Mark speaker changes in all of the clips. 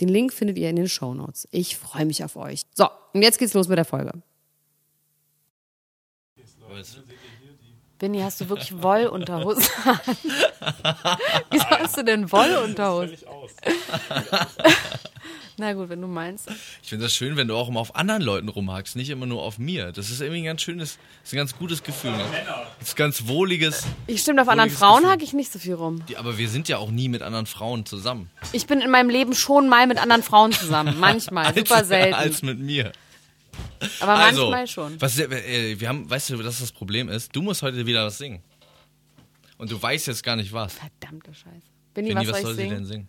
Speaker 1: Den Link findet ihr in den Shownotes. Ich freue mich auf euch. So, und jetzt geht's los mit der Folge.
Speaker 2: Benni, hast du wirklich Wollunterhosen an? Wieso hast du denn Wollunterhosen? Na gut, wenn du meinst.
Speaker 3: Ich finde das schön, wenn du auch immer auf anderen Leuten rumhackst, nicht immer nur auf mir. Das ist irgendwie ein ganz schönes, ist ein ganz gutes Gefühl. Ne? Das ist ganz wohliges.
Speaker 2: Ich stimmt, auf anderen
Speaker 3: Wohliges
Speaker 2: Frauen
Speaker 3: Gefühl.
Speaker 2: hacke ich nicht so viel rum.
Speaker 3: Die, aber wir sind ja auch nie mit anderen Frauen zusammen.
Speaker 2: Ich bin in meinem Leben schon mal mit anderen Frauen zusammen. Manchmal, super
Speaker 3: als,
Speaker 2: selten.
Speaker 3: Also Als mit mir.
Speaker 2: aber
Speaker 3: also,
Speaker 2: manchmal schon.
Speaker 3: Was, äh, wir haben, weißt du, dass das Problem ist? Du musst heute wieder was singen. Und du weißt jetzt gar nicht was.
Speaker 2: Verdammte Scheiße. Benni,
Speaker 3: Benni,
Speaker 2: was, soll ich
Speaker 3: sie
Speaker 2: singen?
Speaker 3: denn singen?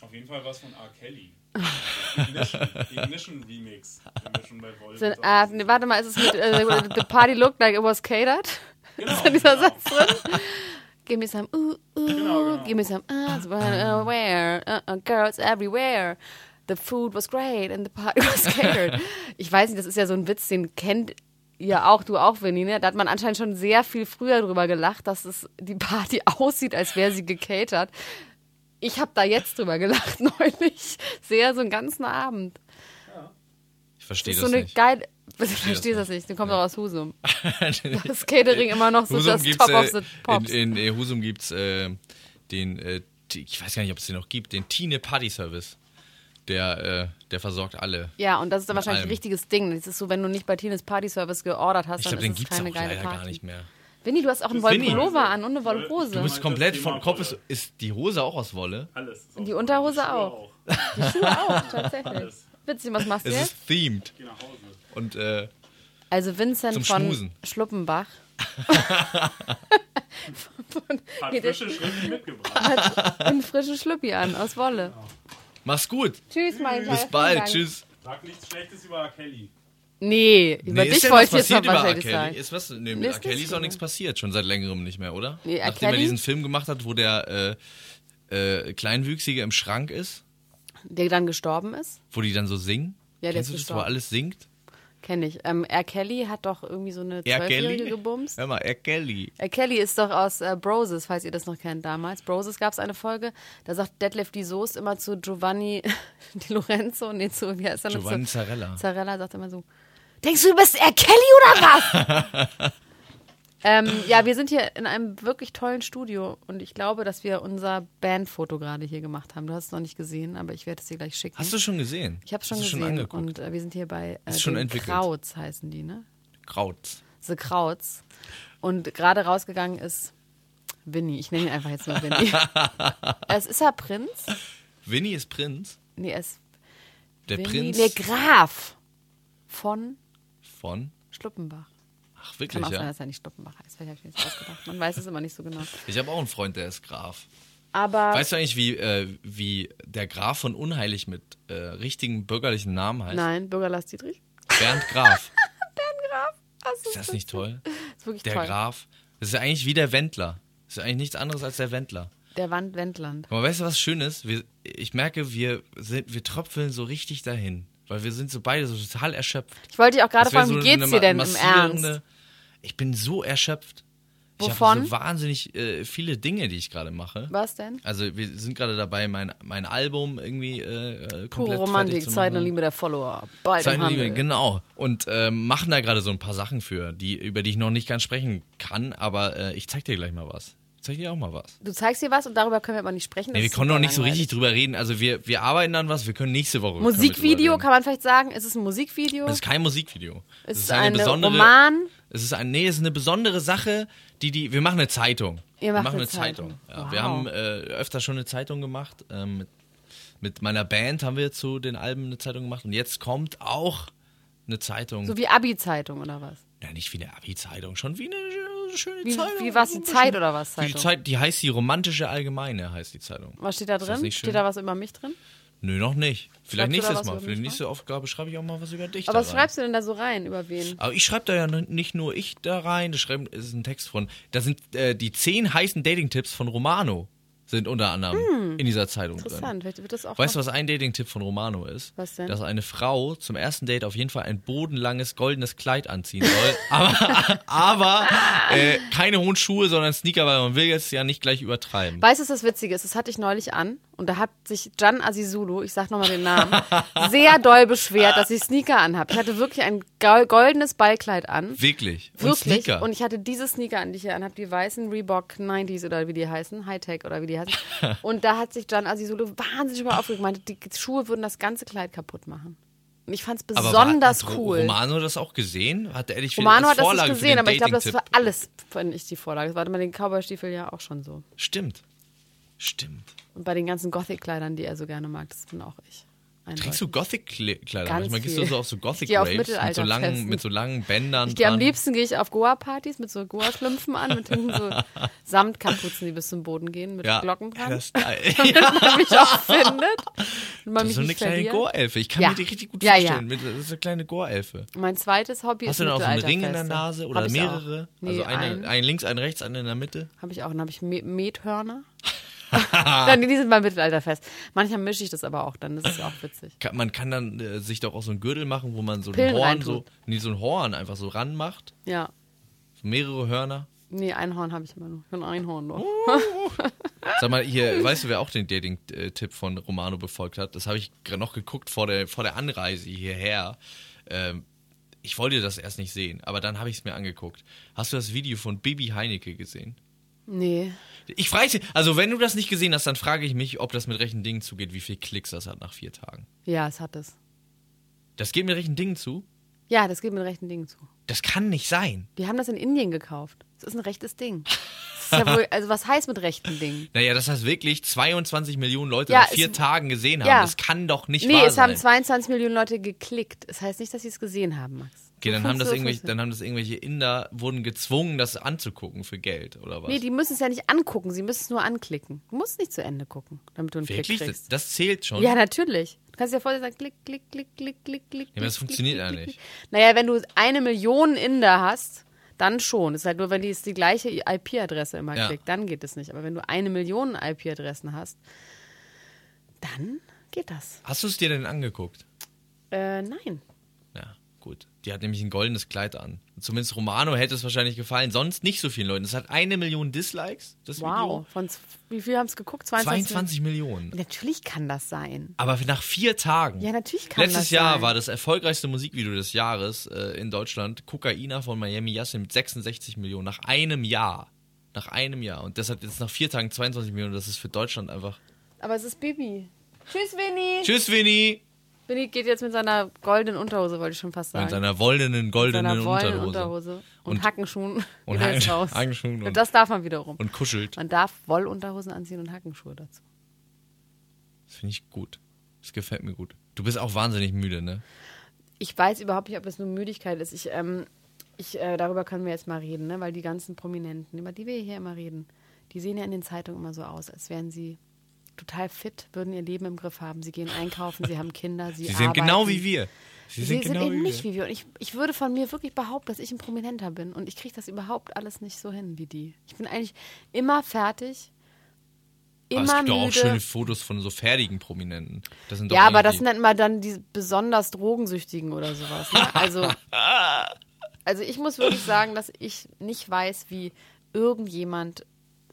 Speaker 4: Auf jeden Fall was von R. Kelly. Ignition, Ignition Remix. Wenn wir schon bei Wolf
Speaker 2: So ein, ah, nee, warte mal, ist es mit äh, The Party Looked Like It Was Catered?
Speaker 4: genau,
Speaker 2: Ist da dieser
Speaker 4: genau.
Speaker 2: Satz drin? Give me some ooh, ooh,
Speaker 4: genau.
Speaker 2: give me some uh, uh, where, uh, uh, girls everywhere. The food was great and the party was catered. Ich weiß nicht, das ist ja so ein Witz, den kennt ihr auch, du auch, Vinny, ne? Da hat man anscheinend schon sehr viel früher drüber gelacht, dass es die Party aussieht, als wäre sie gecatert. Ich habe da jetzt drüber gelacht neulich. Sehr so einen ganzen Abend.
Speaker 3: Ich verstehe
Speaker 2: Das ist
Speaker 3: das,
Speaker 2: so eine
Speaker 3: nicht.
Speaker 2: geile. Du ne- verstehst
Speaker 3: das
Speaker 2: das nicht, du kommst doch aus Husum.
Speaker 3: das
Speaker 2: Das Catering immer noch so
Speaker 3: Husum
Speaker 2: das
Speaker 3: gibt's,
Speaker 2: Top of the
Speaker 3: äh,
Speaker 2: Pops.
Speaker 3: In, in äh, Husum gibt es äh, den, äh, die- ich weiß gar nicht, ob es den noch gibt, den Tine Party Service. Der, äh, der versorgt alle.
Speaker 2: ja, und das ist dann
Speaker 3: Mit
Speaker 2: wahrscheinlich ein
Speaker 3: allem.
Speaker 2: richtiges Ding. Das ist so, wenn du nicht bei Tines Party Service geordert hast,
Speaker 3: Ich glaube,
Speaker 2: dann
Speaker 3: den
Speaker 2: ist es
Speaker 3: gibt es auch
Speaker 2: keine geile
Speaker 3: leider
Speaker 2: Party.
Speaker 3: gar nicht mehr.
Speaker 2: Vinny, du hast auch einen
Speaker 3: Vinny.
Speaker 2: Wollpullover an und eine Wollhose.
Speaker 3: Du bist
Speaker 4: das
Speaker 3: komplett
Speaker 4: Thema
Speaker 3: von Kopf, ist,
Speaker 4: Wolle.
Speaker 3: ist die Hose auch aus Wolle?
Speaker 4: Alles. ist
Speaker 2: Und die
Speaker 4: auch-
Speaker 2: Unterhose
Speaker 4: Schuhe
Speaker 2: auch. Die Schuhe auch, tatsächlich. Witzig, was machst du
Speaker 3: Es
Speaker 2: jetzt?
Speaker 3: ist themed.
Speaker 4: Geh nach Hause.
Speaker 3: Und äh,
Speaker 2: Also Vincent
Speaker 3: zum
Speaker 2: von
Speaker 3: Schmusen.
Speaker 2: Schluppenbach.
Speaker 4: Hat
Speaker 2: Geht
Speaker 4: frische Schriften mitgebracht.
Speaker 2: Ein frische Schlüppi an aus Wolle.
Speaker 3: mach's gut.
Speaker 2: Tschüss, mein
Speaker 3: Bis bald. Tschüss.
Speaker 4: Sag nichts Schlechtes über R. Kelly.
Speaker 2: Nee, über
Speaker 3: Nee,
Speaker 2: dich
Speaker 3: denn
Speaker 2: wollte ich
Speaker 3: was
Speaker 2: jetzt noch
Speaker 3: passiert
Speaker 2: was
Speaker 3: über R.
Speaker 2: Schlechtes
Speaker 3: Kelly?
Speaker 2: sagen.
Speaker 3: Ist was? Nee, mit
Speaker 2: Ist
Speaker 3: R. Kelly
Speaker 2: nichts
Speaker 3: ist auch
Speaker 2: über-
Speaker 3: nichts passiert, schon seit längerem nicht mehr, oder?
Speaker 2: Nee, R.
Speaker 3: Nachdem er
Speaker 2: Kelly-
Speaker 3: diesen Film gemacht hat, wo der äh, äh, Kleinwüchsige im Schrank ist,
Speaker 2: Der dann gestorben ist?
Speaker 3: wo die dann so singen.
Speaker 2: Ja, der ist
Speaker 3: Kennst du das, wo
Speaker 2: gestorben.
Speaker 3: alles singt?
Speaker 2: Kenne ich. Ähm, R. Kelly hat doch irgendwie so eine
Speaker 3: R.
Speaker 2: Zwölfjährige
Speaker 3: Kelly?
Speaker 2: gebumst.
Speaker 3: Hör mal, R. Kelly.
Speaker 2: R. Kelly ist doch aus äh, Broses, falls ihr das noch kennt damals. Broses gab es eine Folge, da sagt Detlef die Soest immer zu Giovanni Di Lorenzo, nee, zu, wie heißt er noch?
Speaker 3: Giovanni
Speaker 2: Zu-
Speaker 3: Zarella.
Speaker 2: Zarella sagt immer so, denkst du, du bist R. Kelly oder was? ähm, ja, wir sind hier in einem wirklich tollen Studio und ich glaube, dass wir unser Bandfoto gerade hier gemacht haben. Du hast es noch nicht gesehen, aber ich werde es dir gleich schicken.
Speaker 3: Hast du schon gesehen?
Speaker 2: ich habe es schon
Speaker 3: Hast du
Speaker 2: gesehen
Speaker 3: schon
Speaker 2: und
Speaker 3: angeguckt.
Speaker 2: äh, wir sind hier bei äh,
Speaker 3: Ist schon
Speaker 2: den
Speaker 3: entwickelt.
Speaker 2: Krauts heißen die, ne?
Speaker 3: Kraut.
Speaker 2: The Krauts. Und gerade rausgegangen ist Winnie. Ich nenne ihn einfach jetzt nur Winnie. es ist er Prinz?
Speaker 3: Winnie ist Prinz.
Speaker 2: Nee, er ist
Speaker 3: Der
Speaker 2: Winnie.
Speaker 3: Prinz
Speaker 2: Nee, Graf von
Speaker 3: von.
Speaker 2: Schluppenbach.
Speaker 3: Ach,
Speaker 2: Kann
Speaker 3: wirklich,
Speaker 2: auch sein,
Speaker 3: ja.
Speaker 2: dass er nicht Schluppenbach heißt. Vielleicht habe ich mir das ausgedacht. Man weiß es immer nicht so genau.
Speaker 3: Ich habe auch einen Freund, der ist Graf.
Speaker 2: Aber
Speaker 3: Weißt du eigentlich, wie, äh, wie der Graf von Unheilig mit äh, richtigen bürgerlichen Namen heißt?
Speaker 2: nein, Bürger Lars Dietrich.
Speaker 3: Bernd Graf.
Speaker 2: Das
Speaker 3: Ist das nicht toll?
Speaker 2: ist wirklich
Speaker 3: Der
Speaker 2: toll.
Speaker 3: Graf. Das ist ja eigentlich wie der Wendler. Das ist ja eigentlich nichts anderes als der Wendler.
Speaker 2: Der Wand Wendland.
Speaker 3: Aber weißt du, was schön ist? Wir, ich merke, wir, sind, wir tröpfeln so richtig dahin. Weil wir sind so beide so total erschöpft.
Speaker 2: Ich wollte dich auch gerade
Speaker 3: Das wär
Speaker 2: fragen, wie
Speaker 3: so eine
Speaker 2: geht's dir denn im
Speaker 3: massierende-
Speaker 2: Ernst?
Speaker 3: Ich bin so erschöpft. Ich
Speaker 2: Wovon?
Speaker 3: habe so wahnsinnig äh, viele Dinge, die ich gerade mache.
Speaker 2: Was denn?
Speaker 3: Also wir sind gerade dabei, mein, mein Album irgendwie äh, äh,
Speaker 2: Pure
Speaker 3: komplett fertig
Speaker 2: Romantik,
Speaker 3: zu
Speaker 2: Zeit
Speaker 3: machen.
Speaker 2: und Liebe der Follower. Bald
Speaker 3: Zeit
Speaker 2: im
Speaker 3: und Liebe,
Speaker 2: Handel.
Speaker 3: genau. Und ähm, machen da gerade so ein paar Sachen für, die, über die ich noch nicht ganz sprechen kann, aber äh, ich zeig dir gleich mal was. Ich zeig dir auch mal was.
Speaker 2: Du zeigst dir was und darüber können wir aber nicht sprechen.
Speaker 3: Nee,
Speaker 2: das
Speaker 3: wir
Speaker 2: ist
Speaker 3: können noch
Speaker 2: super
Speaker 3: nicht so
Speaker 2: langweilig.
Speaker 3: richtig drüber reden. Also wir, wir arbeiten an was, wir können nächste Woche. können wir drüber
Speaker 2: Musikvideo,
Speaker 3: reden.
Speaker 2: kann man vielleicht sagen? Ist es ein Musikvideo?
Speaker 3: Das ist kein Musikvideo. Es
Speaker 2: Ist es eine Roman?
Speaker 3: Es ist ein, nee, es ist eine besondere Sache, die die. Wir machen eine Zeitung.
Speaker 2: Ihr
Speaker 3: wir
Speaker 2: macht
Speaker 3: machen
Speaker 2: eine
Speaker 3: eine Zeitung.
Speaker 2: Zeitung.
Speaker 3: Ja,
Speaker 2: Wow.
Speaker 3: Wir haben äh, öfter schon eine Zeitung gemacht. Ähm, mit, mit meiner Band haben wir zu den Alben eine Zeitung gemacht und jetzt kommt auch eine Zeitung.
Speaker 2: so wie Abi-Zeitung oder was?
Speaker 3: nicht wie eine Abi-Zeitung, schon wie eine äh, schöne
Speaker 2: Wie,
Speaker 3: Zeitung.
Speaker 2: wie war es die Zeit oder was?
Speaker 3: Die, Zeit, die heißt die Romantische Allgemeine, heißt die Zeitung.
Speaker 2: Was steht da
Speaker 3: das
Speaker 2: drin?
Speaker 3: nicht schön?
Speaker 2: Steht da was über mich drin?
Speaker 3: Nö, noch nicht. Vielleicht
Speaker 2: Schreibst du da
Speaker 3: nächstes
Speaker 2: was
Speaker 3: Mal.
Speaker 2: über
Speaker 3: Vielleicht
Speaker 2: mich
Speaker 3: nächste Aufgabe schreibe ich auch mal was über dich.
Speaker 2: Aber
Speaker 3: da
Speaker 2: was
Speaker 3: rein.
Speaker 2: schreibst du denn da so rein? Über wen?
Speaker 3: Aber ich schreibe da ja n- nicht nur ich da rein, das schreiben- das ist ein Text von. Da sind äh, die zehn heißen Dating-Tipps von Romano sind unter anderem in dieser Zeitung drin.
Speaker 2: Hm. Interessant, vielleicht wird das auch.
Speaker 3: Weißt du,
Speaker 2: noch-
Speaker 3: was ein Dating-Tipp von Romano ist?
Speaker 2: Was denn?
Speaker 3: Dass eine Frau zum ersten Date auf jeden Fall ein bodenlanges goldenes Kleid anziehen soll, aber, aber äh, keine hohen Schuhe, sondern Sneaker, weil man will jetzt ja nicht gleich übertreiben.
Speaker 2: Weißt du, was das Witzige ist? Das hatte ich neulich an und da hat sich Gian Azizulu, ich sag nochmal den Namen, sehr doll beschwert, dass ich Sneaker anhab. Ich hatte wirklich ein gol- goldenes Ballkleid an.
Speaker 3: Wirklich. Und
Speaker 2: Wirklich.
Speaker 3: Sneaker.
Speaker 2: Und ich hatte diese Sneaker an, die ich hier anhab, die weißen Reebok 90s oder wie die heißen, Hightech oder wie die heißen. Und da hat sich Gian Azizulu wahnsinnig über aufgeregt, meinte, die Schuhe würden das ganze Kleid kapput machen. Und ich fand's
Speaker 3: aber
Speaker 2: besonders
Speaker 3: war, hat Ro-
Speaker 2: cool.
Speaker 3: Romano das auch gesehen? Hat er dich für-
Speaker 2: Romano hat das
Speaker 3: als
Speaker 2: nicht
Speaker 3: Vorlage für
Speaker 2: gesehen,
Speaker 3: den
Speaker 2: aber ich glaube, das
Speaker 3: Dating-Tipp
Speaker 2: war alles, fand ich die Vorlage. Das war bei den Cowboy-Stiefeln ja auch schon so.
Speaker 3: Stimmt. Stimmt.
Speaker 2: Und bei den ganzen Gothic-Kleidern, die er so gerne mag, das bin auch ich.
Speaker 3: Trägst
Speaker 2: Eindeutig.
Speaker 3: du Gothic-Kleider?
Speaker 2: Ganz
Speaker 3: Manchmal gehst du
Speaker 2: viel.
Speaker 3: so auf so
Speaker 2: Ich gehe auf
Speaker 3: Gothic-Raves mit, so
Speaker 2: Mittelalterfesten.
Speaker 3: langen- mit so langen Bändern
Speaker 2: Ich gehe am
Speaker 3: dran.
Speaker 2: liebsten gehe ich auf Goa-Partys mit so Goa-Schlümpfen an, mit hinten so Samtkapuzen, die bis zum Boden gehen, mit
Speaker 3: ja.
Speaker 2: Glocken
Speaker 3: Ja,
Speaker 2: dran,
Speaker 3: das, ist geil. ja,
Speaker 2: damit man mich auch findet. Und man
Speaker 3: das ist
Speaker 2: mich
Speaker 3: so eine
Speaker 2: nicht
Speaker 3: kleine
Speaker 2: verliert.
Speaker 3: Gorelfe. Ich kann
Speaker 2: Ja.
Speaker 3: mir die richtig gut
Speaker 2: Ja, ja.
Speaker 3: vorstellen. Mit, das ist eine kleine Gorelfe.
Speaker 2: Mein zweites Hobby
Speaker 3: Hast
Speaker 2: ist
Speaker 3: du dann auch so einen Ring in der
Speaker 2: Mittelalterfeste.
Speaker 3: Nase
Speaker 2: Hab
Speaker 3: oder
Speaker 2: ich
Speaker 3: mehrere?
Speaker 2: Auch. Nee,
Speaker 3: also eine,
Speaker 2: einen.
Speaker 3: einen links, einen rechts, einen in der Mitte.
Speaker 2: Habe ich auch. Dann habe ich Me- Methörner. Nein, die sind beim Mittelalterfest. Manchmal mische ich das aber auch, dann ist es auch witzig.
Speaker 3: Kann, man kann dann äh, sich doch auch so einen Gürtel machen, wo man so ein
Speaker 2: Pillen
Speaker 3: Horn, so,
Speaker 2: reintut.
Speaker 3: nee, so ein Horn einfach so ranmacht.
Speaker 2: Ja.
Speaker 3: So mehrere Hörner.
Speaker 2: Nee, Einhorn habe ich immer nur. Ich bin Einhorn doch.
Speaker 3: Sag mal, hier, weißt du, wer auch den Dating-Tipp von Romano befolgt hat? Das habe ich gerade noch geguckt vor der, vor der Anreise hierher. Ähm, ich wollte das erst nicht sehen, aber dann habe ich es mir angeguckt. Hast du das Video von Bibi Heinecke gesehen?
Speaker 2: Nee.
Speaker 3: Ich frage, also wenn du das nicht gesehen hast, dann frage ich mich, ob das mit rechten Dingen zugeht, wie viel Klicks das hat nach vier Tagen.
Speaker 2: Ja, es hat es.
Speaker 3: Das geht mit rechten Dingen zu?
Speaker 2: Ja, das geht mit rechten Dingen zu.
Speaker 3: Das kann nicht sein.
Speaker 2: Die haben das in Indien gekauft. Das ist ein rechtes Ding. Das ist ja wohl, also was heißt mit rechten Dingen?
Speaker 3: Naja, dass das wirklich 22 Millionen Leute
Speaker 2: Ja,
Speaker 3: nach vier
Speaker 2: es-
Speaker 3: Tagen gesehen haben.
Speaker 2: ja.
Speaker 3: Das kann doch nicht
Speaker 2: nee,
Speaker 3: wahr
Speaker 2: es haben
Speaker 3: sein.
Speaker 2: 22 Millionen Leute geklickt. Das heißt nicht, dass sie es gesehen haben, Max.
Speaker 3: Okay, dann
Speaker 2: Du
Speaker 3: haben, das
Speaker 2: funkst- du
Speaker 3: irgendwelche,
Speaker 2: funkst-
Speaker 3: dann haben das irgendwelche Inder, wurden gezwungen, das anzugucken für Geld oder was?
Speaker 2: Nee, die müssen es ja nicht angucken, sie müssen es nur anklicken. Du musst nicht zu Ende gucken, damit du einen
Speaker 3: Wirklich?
Speaker 2: Klick
Speaker 3: Das,
Speaker 2: kriegst.
Speaker 3: das zählt schon.
Speaker 2: Ja, natürlich. Du kannst ja vorher sagen, klick, klick, klick, klick, klick, klick.
Speaker 3: aber das
Speaker 2: klick,
Speaker 3: funktioniert
Speaker 2: klick,
Speaker 3: ja
Speaker 2: klick,
Speaker 3: nicht.
Speaker 2: klick. Naja, wenn du eine Million Inder hast, dann schon. Ist halt nur, wenn die ist die gleiche IP-Adresse immer
Speaker 3: Ja.
Speaker 2: klickt, dann geht es nicht. Aber wenn du eine Million IP-Adressen hast, dann geht das.
Speaker 3: Hast du es dir denn angeguckt?
Speaker 2: Äh, nein.
Speaker 3: Ja, gut. Die hat nämlich ein goldenes Kleid an. Zumindest Romano hätte es wahrscheinlich gefallen. Sonst nicht so vielen Leuten. Es hat eine Million Dislikes, das
Speaker 2: Wow.
Speaker 3: Video.
Speaker 2: Von z- wie viel haben es geguckt? 22.
Speaker 3: 22 Millionen.
Speaker 2: Natürlich kann das sein.
Speaker 3: Aber nach vier Tagen.
Speaker 2: Ja, natürlich kann
Speaker 3: Letztes
Speaker 2: das
Speaker 3: Jahr
Speaker 2: sein.
Speaker 3: war das erfolgreichste Musikvideo des Jahres äh, in Deutschland Kokaina von Miami Yassin mit 66 Millionen. Nach einem Jahr. Nach einem Jahr. Und das hat jetzt nach vier Tagen 22 Millionen. Das ist für Deutschland einfach.
Speaker 2: Aber es ist Bibi. Tschüss, Winnie.
Speaker 3: Tschüss, Winnie!
Speaker 2: Winnie geht jetzt mit seiner goldenen Unterhose, wollte ich schon fast sagen.
Speaker 3: Mit seiner wollenen, goldenen
Speaker 2: seiner vollen
Speaker 3: Unterhose.
Speaker 2: Unterhose und,
Speaker 3: Und-
Speaker 2: Hackenschuhen.
Speaker 3: und
Speaker 2: Wieder ist
Speaker 3: Hacken-
Speaker 2: raus.
Speaker 3: Hackenschuhen und-
Speaker 2: das darf man wiederum.
Speaker 3: Und kuschelt.
Speaker 2: Man darf Wollunterhosen anziehen und Hackenschuhe dazu.
Speaker 3: Das finde ich gut. Das gefällt mir gut. Du bist auch wahnsinnig müde, ne?
Speaker 2: Ich weiß überhaupt nicht, ob das nur Müdigkeit ist. Ich, ähm, ich, äh, darüber können wir jetzt mal reden, ne? weil die ganzen Prominenten, über die wir hier immer reden, die sehen ja in den Zeitungen immer so aus, als wären sie total fit, würden ihr Leben im Griff haben. Sie gehen einkaufen, sie haben Kinder, sie
Speaker 3: Sie sind
Speaker 2: arbeiten.
Speaker 3: genau wie wir. Sie
Speaker 2: Sie
Speaker 3: sind
Speaker 2: sind,
Speaker 3: genau
Speaker 2: eben
Speaker 3: wie
Speaker 2: nicht
Speaker 3: wir.
Speaker 2: wie wir. Und ich, ich würde von mir wirklich behaupten, dass ich ein Prominenter bin. Und ich kriege das überhaupt alles nicht so hin wie die. Ich bin eigentlich immer fertig. Immer
Speaker 3: aber es gibt
Speaker 2: müde.
Speaker 3: doch auch schöne Fotos von so fertigen Prominenten. Das sind doch
Speaker 2: ja, aber
Speaker 3: eigentlich
Speaker 2: das sind dann immer dann die besonders Drogensüchtigen oder sowas. Ne? Also, also ich muss wirklich sagen, dass ich nicht weiß, wie irgendjemand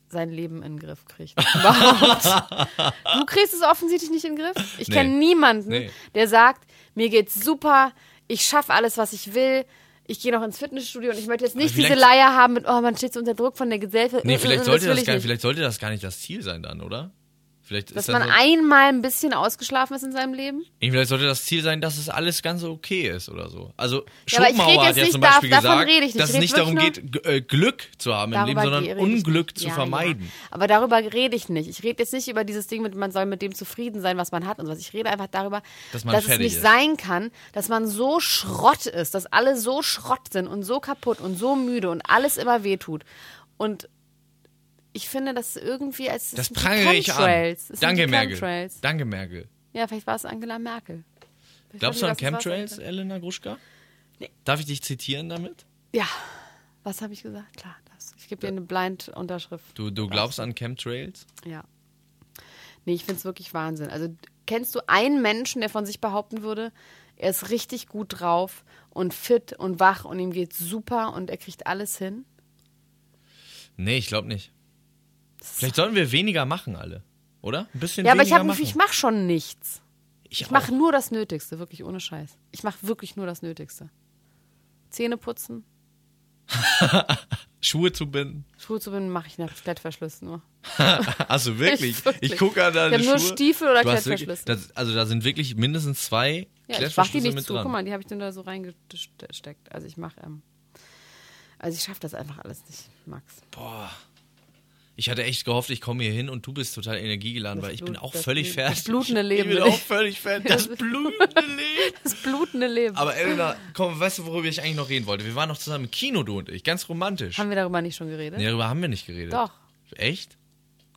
Speaker 2: sein Leben in den Griff kriegt. Überhaupt. Du kriegst es offensichtlich nicht in den Griff. Ich
Speaker 3: Nee.
Speaker 2: kenne niemanden,
Speaker 3: Nee.
Speaker 2: der sagt, mir geht's super, ich schaffe alles, was ich will. Ich gehe noch ins Fitnessstudio und ich möchte jetzt nicht diese
Speaker 3: vielleicht-
Speaker 2: Leier haben mit, oh, man steht so unter Druck von der Gesellschaft.
Speaker 3: Nee,
Speaker 2: Mm, mm,
Speaker 3: vielleicht
Speaker 2: mm,
Speaker 3: sollte
Speaker 2: will
Speaker 3: das,
Speaker 2: ich
Speaker 3: gar,
Speaker 2: nicht.
Speaker 3: vielleicht sollte das gar nicht das Ziel sein dann, oder? Vielleicht,
Speaker 2: Dass
Speaker 3: ist das
Speaker 2: man
Speaker 3: so-
Speaker 2: einmal ein bisschen ausgeschlafen ist in seinem Leben?
Speaker 3: vielleicht sollte das Ziel sein, dass es alles ganz okay ist oder so. Also
Speaker 2: Ja, aber ich
Speaker 3: Schopenhauer
Speaker 2: rede
Speaker 3: hat
Speaker 2: jetzt
Speaker 3: ja
Speaker 2: nicht
Speaker 3: zum
Speaker 2: dav-
Speaker 3: Beispiel
Speaker 2: davon
Speaker 3: gesagt,
Speaker 2: rede ich nicht.
Speaker 3: dass
Speaker 2: Ich
Speaker 3: es
Speaker 2: rede
Speaker 3: nicht darum
Speaker 2: wirklich
Speaker 3: geht, g- äh, Glück zu haben im Leben,
Speaker 2: Darüber
Speaker 3: sondern
Speaker 2: rede ich
Speaker 3: Unglück
Speaker 2: nicht.
Speaker 3: zu
Speaker 2: Ja, genau.
Speaker 3: vermeiden.
Speaker 2: Ja. Aber darüber rede ich nicht. Ich rede jetzt nicht über dieses Ding mit, man soll mit dem zufrieden sein, was man hat und was. Ich rede einfach darüber,
Speaker 3: Dass man
Speaker 2: es
Speaker 3: fertig
Speaker 2: nicht
Speaker 3: ist.
Speaker 2: sein kann, dass man so Schrott ist, dass alle so Schrott sind und so kaputt und so müde und alles immer wehtut. Und ich finde, das irgendwie als
Speaker 3: Das
Speaker 2: sind die
Speaker 3: prangere ich an.
Speaker 2: Chemtrails. Es sind
Speaker 3: Danke,
Speaker 2: die
Speaker 3: Merkel.
Speaker 2: Chemtrails.
Speaker 3: Danke, Merkel.
Speaker 2: Ja, vielleicht war es Angela Merkel. Vielleicht
Speaker 3: Glaubst du an
Speaker 2: hat die das ins Wasser
Speaker 3: Chemtrails,
Speaker 2: getan.
Speaker 3: Elena Gruschka? Darf ich dich zitieren damit?
Speaker 2: Ja. Was habe ich gesagt? Klar, das. Ich gebe dir eine Blind-Unterschrift.
Speaker 3: Du, du glaubst an Chemtrails?
Speaker 2: Ja. Nee, ich finde es wirklich Wahnsinn. Also d- kennst du einen Menschen, der von sich behaupten würde, er ist richtig gut drauf und fit und wach und ihm geht's super und er kriegt alles hin?
Speaker 3: Nee, ich glaube nicht. Vielleicht sollen wir weniger machen alle, oder? Ein bisschen
Speaker 2: Ja, aber ich,
Speaker 3: weniger
Speaker 2: hab-
Speaker 3: machen.
Speaker 2: ich mache schon nichts.
Speaker 3: ich
Speaker 2: Ich mache
Speaker 3: auch.
Speaker 2: nur das Nötigste, wirklich ohne Scheiß. Ich mache wirklich nur das Nötigste. Zähne putzen,
Speaker 3: Schuhe zu binden.
Speaker 2: Schuhe zu binden mache ich nach Klettverschluss nur.
Speaker 3: Also wirklich,
Speaker 2: Ich-
Speaker 3: ich,
Speaker 2: wirklich.
Speaker 3: gucke an deine
Speaker 2: Ich hab nur
Speaker 3: Schuhe.
Speaker 2: Stiefel oder
Speaker 3: Du hast wirklich,
Speaker 2: Klettverschlüsse.
Speaker 3: das, Also da sind wirklich mindestens zwei
Speaker 2: Ja, ich mach die
Speaker 3: Klettverschlüsse
Speaker 2: nicht
Speaker 3: mit
Speaker 2: zu.
Speaker 3: dran.
Speaker 2: Guck mal, die habe ich dann da so reingesteckt. Also ich mache, ähm, also ich schaffe das einfach alles nicht, Max.
Speaker 3: Boah. Ich hatte echt gehofft, ich komme hier hin und du bist total energiegeladen,
Speaker 2: Das
Speaker 3: weil ich
Speaker 2: Blut-
Speaker 3: bin auch
Speaker 2: das
Speaker 3: völlig
Speaker 2: Blut-
Speaker 3: fertig.
Speaker 2: das blutende Leben
Speaker 3: Ich bin
Speaker 2: will
Speaker 3: auch
Speaker 2: ich.
Speaker 3: völlig fertig. Das blutende Leben.
Speaker 2: Das blutende Leben.
Speaker 3: Aber Elena, komm, weißt du, worüber ich eigentlich noch reden wollte? Wir waren noch zusammen im Kino, du und ich. Ganz romantisch.
Speaker 2: Haben wir darüber nicht schon geredet?
Speaker 3: nee, darüber haben wir nicht geredet.
Speaker 2: Doch.
Speaker 3: Echt?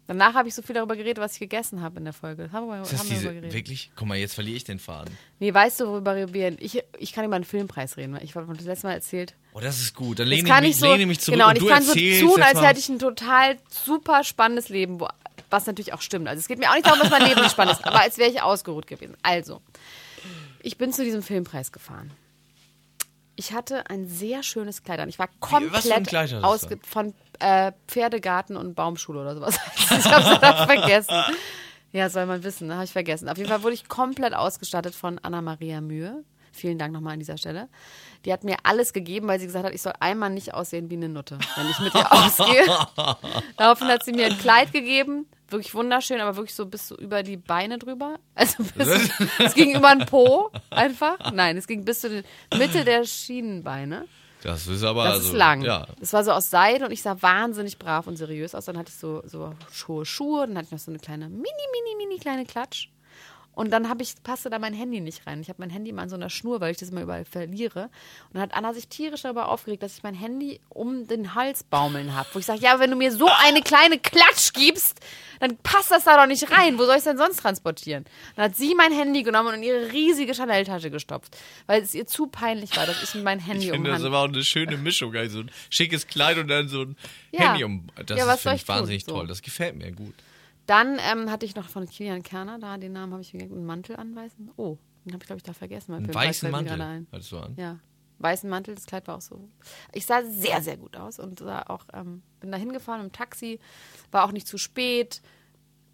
Speaker 2: Danach habe ich so viel darüber geredet, was ich gegessen habe in der Folge. Haben wir,
Speaker 3: Ist das
Speaker 2: haben wir
Speaker 3: diese,
Speaker 2: darüber geredet.
Speaker 3: wirklich? Guck mal, jetzt verliere ich den Faden.
Speaker 2: Nee, weißt du, worüber wir reden? Ich, ich kann über einen Filmpreis reden, weil ich habe das letzte Mal erzählt.
Speaker 3: Oh, das ist gut. Dann
Speaker 2: Das
Speaker 3: lehne ich,
Speaker 2: kann
Speaker 3: mich,
Speaker 2: ich so,
Speaker 3: lehne mich zurück
Speaker 2: genau,
Speaker 3: und
Speaker 2: und ich
Speaker 3: du
Speaker 2: kann so
Speaker 3: erzählst
Speaker 2: tun,
Speaker 3: jetzt
Speaker 2: als
Speaker 3: mal.
Speaker 2: hätte ich ein total super spannendes Leben, wo, was natürlich auch stimmt. Also es geht mir auch nicht darum, dass mein Leben nicht spannend ist, aber als wäre ich ausgeruht gewesen. Also, ich bin zu diesem Filmpreis gefahren. Ich hatte ein sehr schönes Kleid an. Ich war komplett
Speaker 3: was für ein Kleid hattest du
Speaker 2: ausge von äh, Pferdegarten und Baumschule oder sowas. ich habe das vergessen. Ja, soll man wissen, ne? habe ich vergessen. Auf jeden Fall wurde ich komplett ausgestattet von Anna-Maria Mühe. Vielen Dank nochmal an dieser Stelle. Die hat mir alles gegeben, weil sie gesagt hat, ich soll einmal nicht aussehen wie eine Nutte, wenn ich mit ihr ausgehe. Daraufhin hat sie mir ein Kleid gegeben, wirklich wunderschön, aber wirklich so bis so über die Beine drüber. Also bis, es ging über den Po einfach. Nein, es ging bis zu den Mitte der Schienenbeine.
Speaker 3: Das ist aber
Speaker 2: Das
Speaker 3: also,
Speaker 2: ist lang.
Speaker 3: Ja.
Speaker 2: Das war so aus Seide und ich sah wahnsinnig brav und seriös aus. Dann hatte ich so, so hohe Schuhe, dann hatte ich noch so eine kleine, mini, mini, mini kleine Klatsch. Und dann habe ich, passte da mein Handy nicht rein. Ich habe mein Handy mal an so einer Schnur, weil ich das immer überall verliere. Und dann hat Anna sich tierisch darüber aufgeregt, dass ich mein Handy um den Hals baumeln habe. Wo ich sage, ja, aber wenn du mir so eine kleine Klatsch gibst, dann passt das da doch nicht rein. Wo soll ich es denn sonst transportieren? Dann hat sie mein Handy genommen und in ihre riesige Chanel-Tasche gestopft, weil es ihr zu peinlich war, dass ich mein Handy
Speaker 3: Ich
Speaker 2: um
Speaker 3: finde,
Speaker 2: den Hand-
Speaker 3: das ist aber auch eine schöne Mischung. Also ein schickes Kleid und dann so ein
Speaker 2: Ja.
Speaker 3: Handy um. Das
Speaker 2: Ja,
Speaker 3: ist
Speaker 2: was soll
Speaker 3: finde
Speaker 2: ich
Speaker 3: ich
Speaker 2: tun?
Speaker 3: wahnsinnig
Speaker 2: So.
Speaker 3: toll. Das gefällt mir gut.
Speaker 2: Dann ähm, hatte ich noch von Kilian Kerner da, den Namen habe ich vergessen, einen Mantel anweisen. Oh, den habe ich, glaube ich, da vergessen. weil
Speaker 3: Einen
Speaker 2: Filmpreis
Speaker 3: weißen
Speaker 2: fällt mir
Speaker 3: Mantel
Speaker 2: gerade ein.
Speaker 3: hattest du an.
Speaker 2: Ja, weißen Mantel, das Kleid war auch so. Ich sah sehr, sehr gut aus und sah auch, ähm, bin da hingefahren im Taxi, war auch nicht zu spät.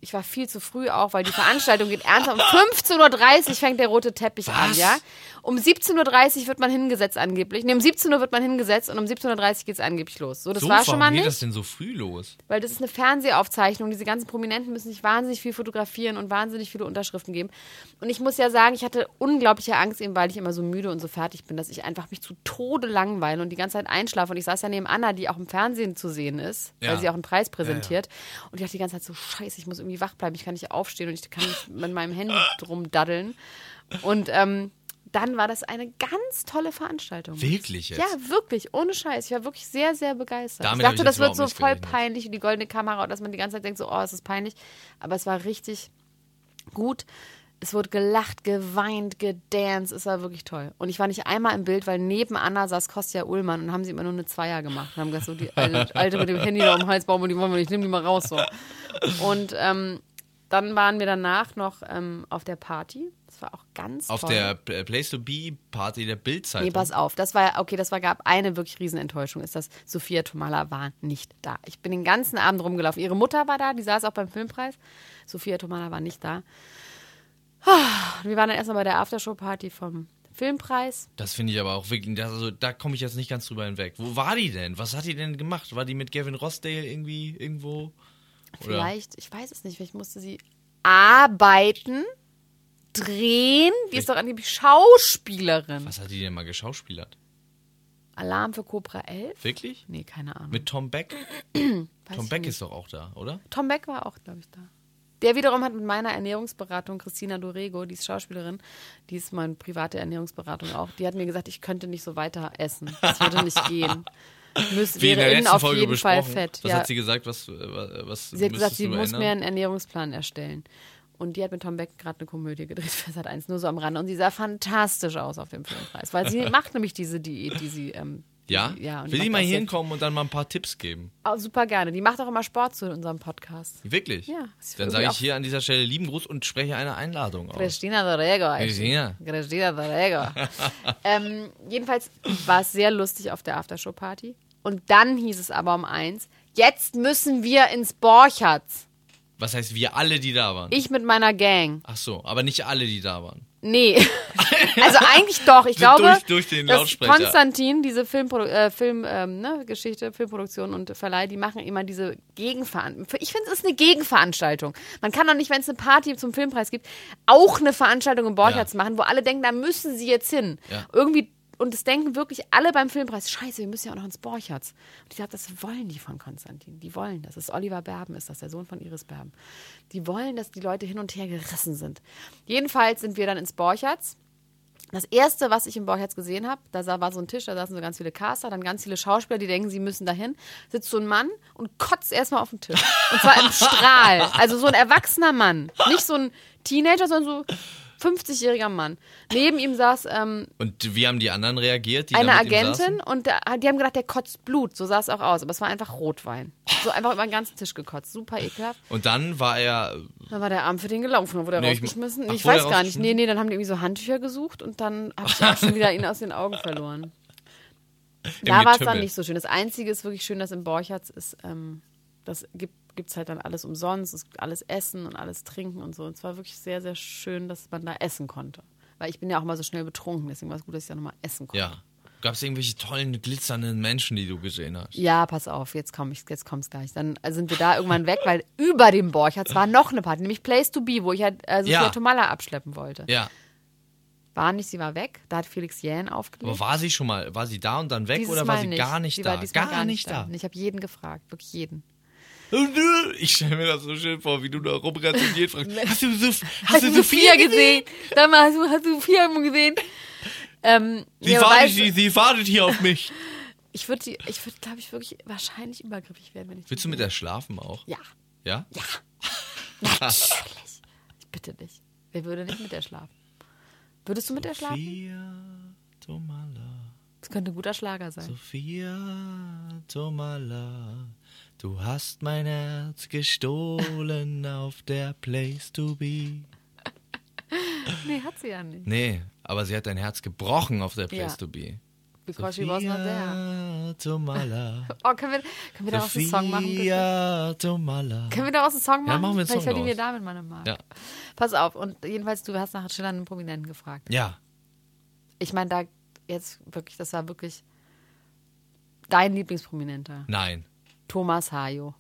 Speaker 2: Ich war viel zu früh auch, weil die Veranstaltung geht ernst. Um 15.30 Uhr fängt der rote Teppich an,
Speaker 3: Was?
Speaker 2: ja? Um 17.30 Uhr wird man hingesetzt angeblich. Ne, um 17 Uhr wird man hingesetzt und um 17.30 Uhr geht es angeblich los. So, das
Speaker 3: so,
Speaker 2: war schon
Speaker 3: warum
Speaker 2: mal
Speaker 3: geht
Speaker 2: nicht.
Speaker 3: das denn so früh los?
Speaker 2: Weil das ist eine Fernsehaufzeichnung. Diese ganzen Prominenten müssen sich wahnsinnig viel fotografieren und wahnsinnig viele Unterschriften geben. Und ich muss ja sagen, ich hatte unglaubliche Angst, eben weil ich immer so müde und so fertig bin, dass ich einfach mich zu Tode langweile und die ganze Zeit einschlafe. Und ich saß ja neben Anna, die auch im Fernsehen zu sehen ist,
Speaker 3: Ja.
Speaker 2: weil sie auch einen Preis präsentiert. Und ich dachte die ganze Zeit so, scheiße, ich muss irgendwie wach bleiben. Ich kann nicht aufstehen und ich kann nicht mit meinem Handy drum daddeln. Und ähm, dann war das eine ganz tolle Veranstaltung.
Speaker 3: Wirklich jetzt?
Speaker 2: Ja, wirklich, ohne Scheiß. Ich war wirklich sehr, sehr begeistert.
Speaker 3: Damit
Speaker 2: ich
Speaker 3: hab
Speaker 2: dachte,
Speaker 3: ich
Speaker 2: das
Speaker 3: jetzt
Speaker 2: wird so
Speaker 3: überhaupt nicht
Speaker 2: voll
Speaker 3: gerechnet.
Speaker 2: peinlich und die goldene Kamera und dass man die ganze Zeit denkt, so, oh, es ist peinlich. Aber es war richtig gut. Es wurde gelacht, geweint, gedanced. Es war wirklich toll. Und ich war nicht einmal im Bild, weil neben Anna saß Kostja Ullmann und haben sie immer nur eine Zweier gemacht. Und haben gesagt, so, die alte Alte mit dem Handy da um den Hals bauen, die wollen wir nicht, nimm die mal raus. So. Und ähm, dann waren wir danach noch ähm, auf der Party. Das war auch ganz
Speaker 3: Auf
Speaker 2: toll.
Speaker 3: der P- Place to Be Party der Bildzeitung.
Speaker 2: Nee, pass auf. Das war, okay, das war, gab eine wirklich Riesenenttäuschung, ist, dass Sophia Tomala war nicht da. Ich bin den ganzen Abend rumgelaufen. Ihre Mutter war da, die saß auch beim Filmpreis. Sophia Tomala war nicht da. Ah, Wir waren dann erstmal bei der Aftershow-Party vom Filmpreis.
Speaker 3: das finde ich aber auch wirklich, das, also, da komme ich jetzt nicht ganz drüber hinweg. Wo war die denn? Was hat die denn gemacht? War die mit Gavin Rossdale irgendwie irgendwo? Oder?
Speaker 2: Vielleicht, ich weiß es nicht, vielleicht musste sie Arbeiten, Drehen. Die ist doch angeblich Schauspielerin.
Speaker 3: Was hat die denn mal geschauspielert?
Speaker 2: Alarm für Cobra 11?
Speaker 3: Wirklich?
Speaker 2: Nee, keine Ahnung.
Speaker 3: Mit Tom Beck?
Speaker 2: Weiß
Speaker 3: Tom
Speaker 2: ich
Speaker 3: Beck
Speaker 2: nicht.
Speaker 3: ist doch auch da, oder?
Speaker 2: Tom Beck war auch, glaube ich, da. Der wiederum hat mit meiner Ernährungsberatung Christina Dorego, die ist Schauspielerin, die ist meine private Ernährungsberatung auch, die hat mir gesagt, ich könnte nicht so weiter essen. Das würde nicht gehen. Müsste,
Speaker 3: Wie in
Speaker 2: wäre
Speaker 3: der
Speaker 2: innen
Speaker 3: letzten
Speaker 2: auf
Speaker 3: Folge
Speaker 2: jeden Fall
Speaker 3: besprochen.
Speaker 2: fett.
Speaker 3: Was
Speaker 2: ja.
Speaker 3: hat sie gesagt? Was, äh, was
Speaker 2: Sie hat gesagt,
Speaker 3: müsstest
Speaker 2: sie
Speaker 3: du
Speaker 2: muss
Speaker 3: ändern?
Speaker 2: mir einen Ernährungsplan erstellen. Und die hat mit Tom Beck gerade eine Komödie gedreht für Sat 1, nur so am Rande. Und sie sah fantastisch aus auf dem Filmpreis, weil sie macht nämlich diese Diät, die sie. Ähm,
Speaker 3: Ja?
Speaker 2: die- ja und
Speaker 3: Will
Speaker 2: macht
Speaker 3: die mal
Speaker 2: das
Speaker 3: hier
Speaker 2: sehr-
Speaker 3: hinkommen und dann mal ein paar Tipps geben?
Speaker 2: Oh, super gerne. Die macht auch immer Sport zu unserem Podcast.
Speaker 3: Wirklich?
Speaker 2: Ja, ist
Speaker 3: Dann
Speaker 2: irgendwie
Speaker 3: sage
Speaker 2: auch-
Speaker 3: ich hier an dieser Stelle lieben Gruß und spreche eine Einladung aus.
Speaker 2: Christina Dorego. ey.
Speaker 3: Christina.
Speaker 2: Christina Dorego. ähm, jedenfalls war es sehr lustig auf der Aftershow-Party. Und dann hieß es aber um eins, jetzt müssen wir ins Borchards.
Speaker 3: Was heißt wir alle, die da waren?
Speaker 2: Ich mit meiner Gang.
Speaker 3: Ach so, aber nicht alle, die da waren.
Speaker 2: Nee. Also eigentlich doch. Ich
Speaker 3: Durch-
Speaker 2: glaube,
Speaker 3: durch den
Speaker 2: dass
Speaker 3: Lautsprecher.
Speaker 2: Konstantin, diese Filmprodu äh, Film, ähm, ne, Geschichte, Filmproduktion und Verleih, die machen immer diese Gegenveranstaltung. Ich finde, es ist eine Gegenveranstaltung. Man kann doch nicht, wenn es eine Party zum Filmpreis gibt, auch eine Veranstaltung im Borchards
Speaker 3: Ja.
Speaker 2: machen, wo alle denken, da müssen sie jetzt hin.
Speaker 3: Ja.
Speaker 2: Irgendwie und es denken wirklich alle beim Filmpreis, scheiße, wir müssen ja auch noch ins Borchards. Und ich glaube, das wollen die von Konstantin. Die wollen das. Das ist Oliver Berben, ist das, der Sohn von Iris Berben. Die wollen, dass die Leute hin und her gerissen sind. Jedenfalls sind wir dann ins Borchards. Das erste, was ich im Borchertz gesehen habe, da sa- war so ein Tisch, da saßen so ganz viele Caster, dann ganz viele Schauspieler, die denken, sie müssen dahin. Sitzt so ein Mann und kotzt erstmal auf den Tisch. Und zwar im Strahl. Also so ein erwachsener Mann. Nicht so ein Teenager, sondern so 50-jähriger Mann. Neben ihm saß ähm,
Speaker 3: Und wie haben die anderen reagiert? Die
Speaker 2: eine
Speaker 3: da mit ihm saßen?
Speaker 2: Agentin und da, die haben gedacht, der kotzt Blut. So sah es auch aus. Aber es war einfach Rotwein. So einfach über den ganzen Tisch gekotzt. Super ekelhaft.
Speaker 3: Und dann war er.
Speaker 2: Dann war der Abend für den gelaufen, dann wurde er
Speaker 3: Nee, ich-
Speaker 2: rausgeschmissen.
Speaker 3: ach,
Speaker 2: Ich,
Speaker 3: wurde er
Speaker 2: weiß gar nicht.
Speaker 3: rausgeschmissen?
Speaker 2: Nee, nee, dann haben die irgendwie so Handtücher gesucht und dann habe ich auch schon wieder ihn aus den Augen verloren. Da
Speaker 3: Im
Speaker 2: war es dann
Speaker 3: Getümmel.
Speaker 2: nicht so schön. Das Einzige ist wirklich schön, dass im Borchards ist, ähm, das gibt gibt's halt dann alles umsonst, es gibt alles Essen und alles Trinken und so. Und es war wirklich sehr, sehr schön, dass man da essen konnte. Weil ich bin ja auch mal so schnell betrunken, deswegen war es gut, dass ich da nochmal essen konnte.
Speaker 3: Ja. Gab es irgendwelche tollen, glitzernden Menschen, die du gesehen hast?
Speaker 2: Ja, pass auf, jetzt komm ich, jetzt kommt's gleich. Dann also sind wir da irgendwann weg, weil über dem Borchards war noch eine Party, nämlich Place to Be, wo ich halt äh, Sophia
Speaker 3: Ja.
Speaker 2: Tomala abschleppen wollte.
Speaker 3: Ja.
Speaker 2: War nicht, sie war weg. Da hat Felix Jähn
Speaker 3: Aber
Speaker 2: aufgelegt.
Speaker 3: war sie schon mal? War sie da und dann weg
Speaker 2: Dieses
Speaker 3: oder war
Speaker 2: Mal
Speaker 3: sie gar nicht
Speaker 2: sie
Speaker 3: da?
Speaker 2: War diesmal
Speaker 3: gar, nicht da.
Speaker 2: Ich habe jeden gefragt, wirklich jeden.
Speaker 3: Ich stelle mir das so schön vor, wie du da rumrennst und jeden fragst. Hast du, Sof hast
Speaker 2: Hast
Speaker 3: du
Speaker 2: du
Speaker 3: Sophia
Speaker 2: Sophia
Speaker 3: gesehen?
Speaker 2: gesehen? Sag mal, hast du, hast du Sophia irgendwo gesehen? Ähm,
Speaker 3: Sie,
Speaker 2: ja, aber
Speaker 3: wartet,
Speaker 2: weißt du,
Speaker 3: sie, sie wartet hier auf mich.
Speaker 2: ich würde, ich würde, glaube ich, wirklich wahrscheinlich übergriffig werden, wenn ich.
Speaker 3: Willst du mit der schlafen auch?
Speaker 2: Ja,
Speaker 3: Ja?
Speaker 2: natürlich. Ich bitte dich. Wer würde nicht mit der schlafen? Würdest du mit der schlafen?
Speaker 3: Sophia Tomala,
Speaker 2: Das könnte ein guter Schlager sein.
Speaker 3: Sophia Tomala, du hast mein Herz gestohlen auf der Place to Be.
Speaker 2: Nee, hat sie ja nicht.
Speaker 3: Nee, aber sie hat dein Herz gebrochen auf der Place
Speaker 2: Ja.
Speaker 3: to Be.
Speaker 2: Because she was not there.
Speaker 3: Tomala.
Speaker 2: Oh, können wir, können wir daraus einen Song machen? bitte?
Speaker 3: Sophia Tomala.
Speaker 2: Können wir daraus einen Song machen?
Speaker 3: Ja, machen wir einen
Speaker 2: Vielleicht
Speaker 3: Song
Speaker 2: verdienen wir
Speaker 3: daraus.
Speaker 2: damit mal eine Mark.
Speaker 3: Ja.
Speaker 2: Pass auf, und jedenfalls, du hast nach schillernden Prominenten gefragt.
Speaker 3: Ja,
Speaker 2: Ich meine, da jetzt wirklich, das war wirklich dein Lieblingsprominenter.
Speaker 3: nein.
Speaker 2: Thomas Hayo.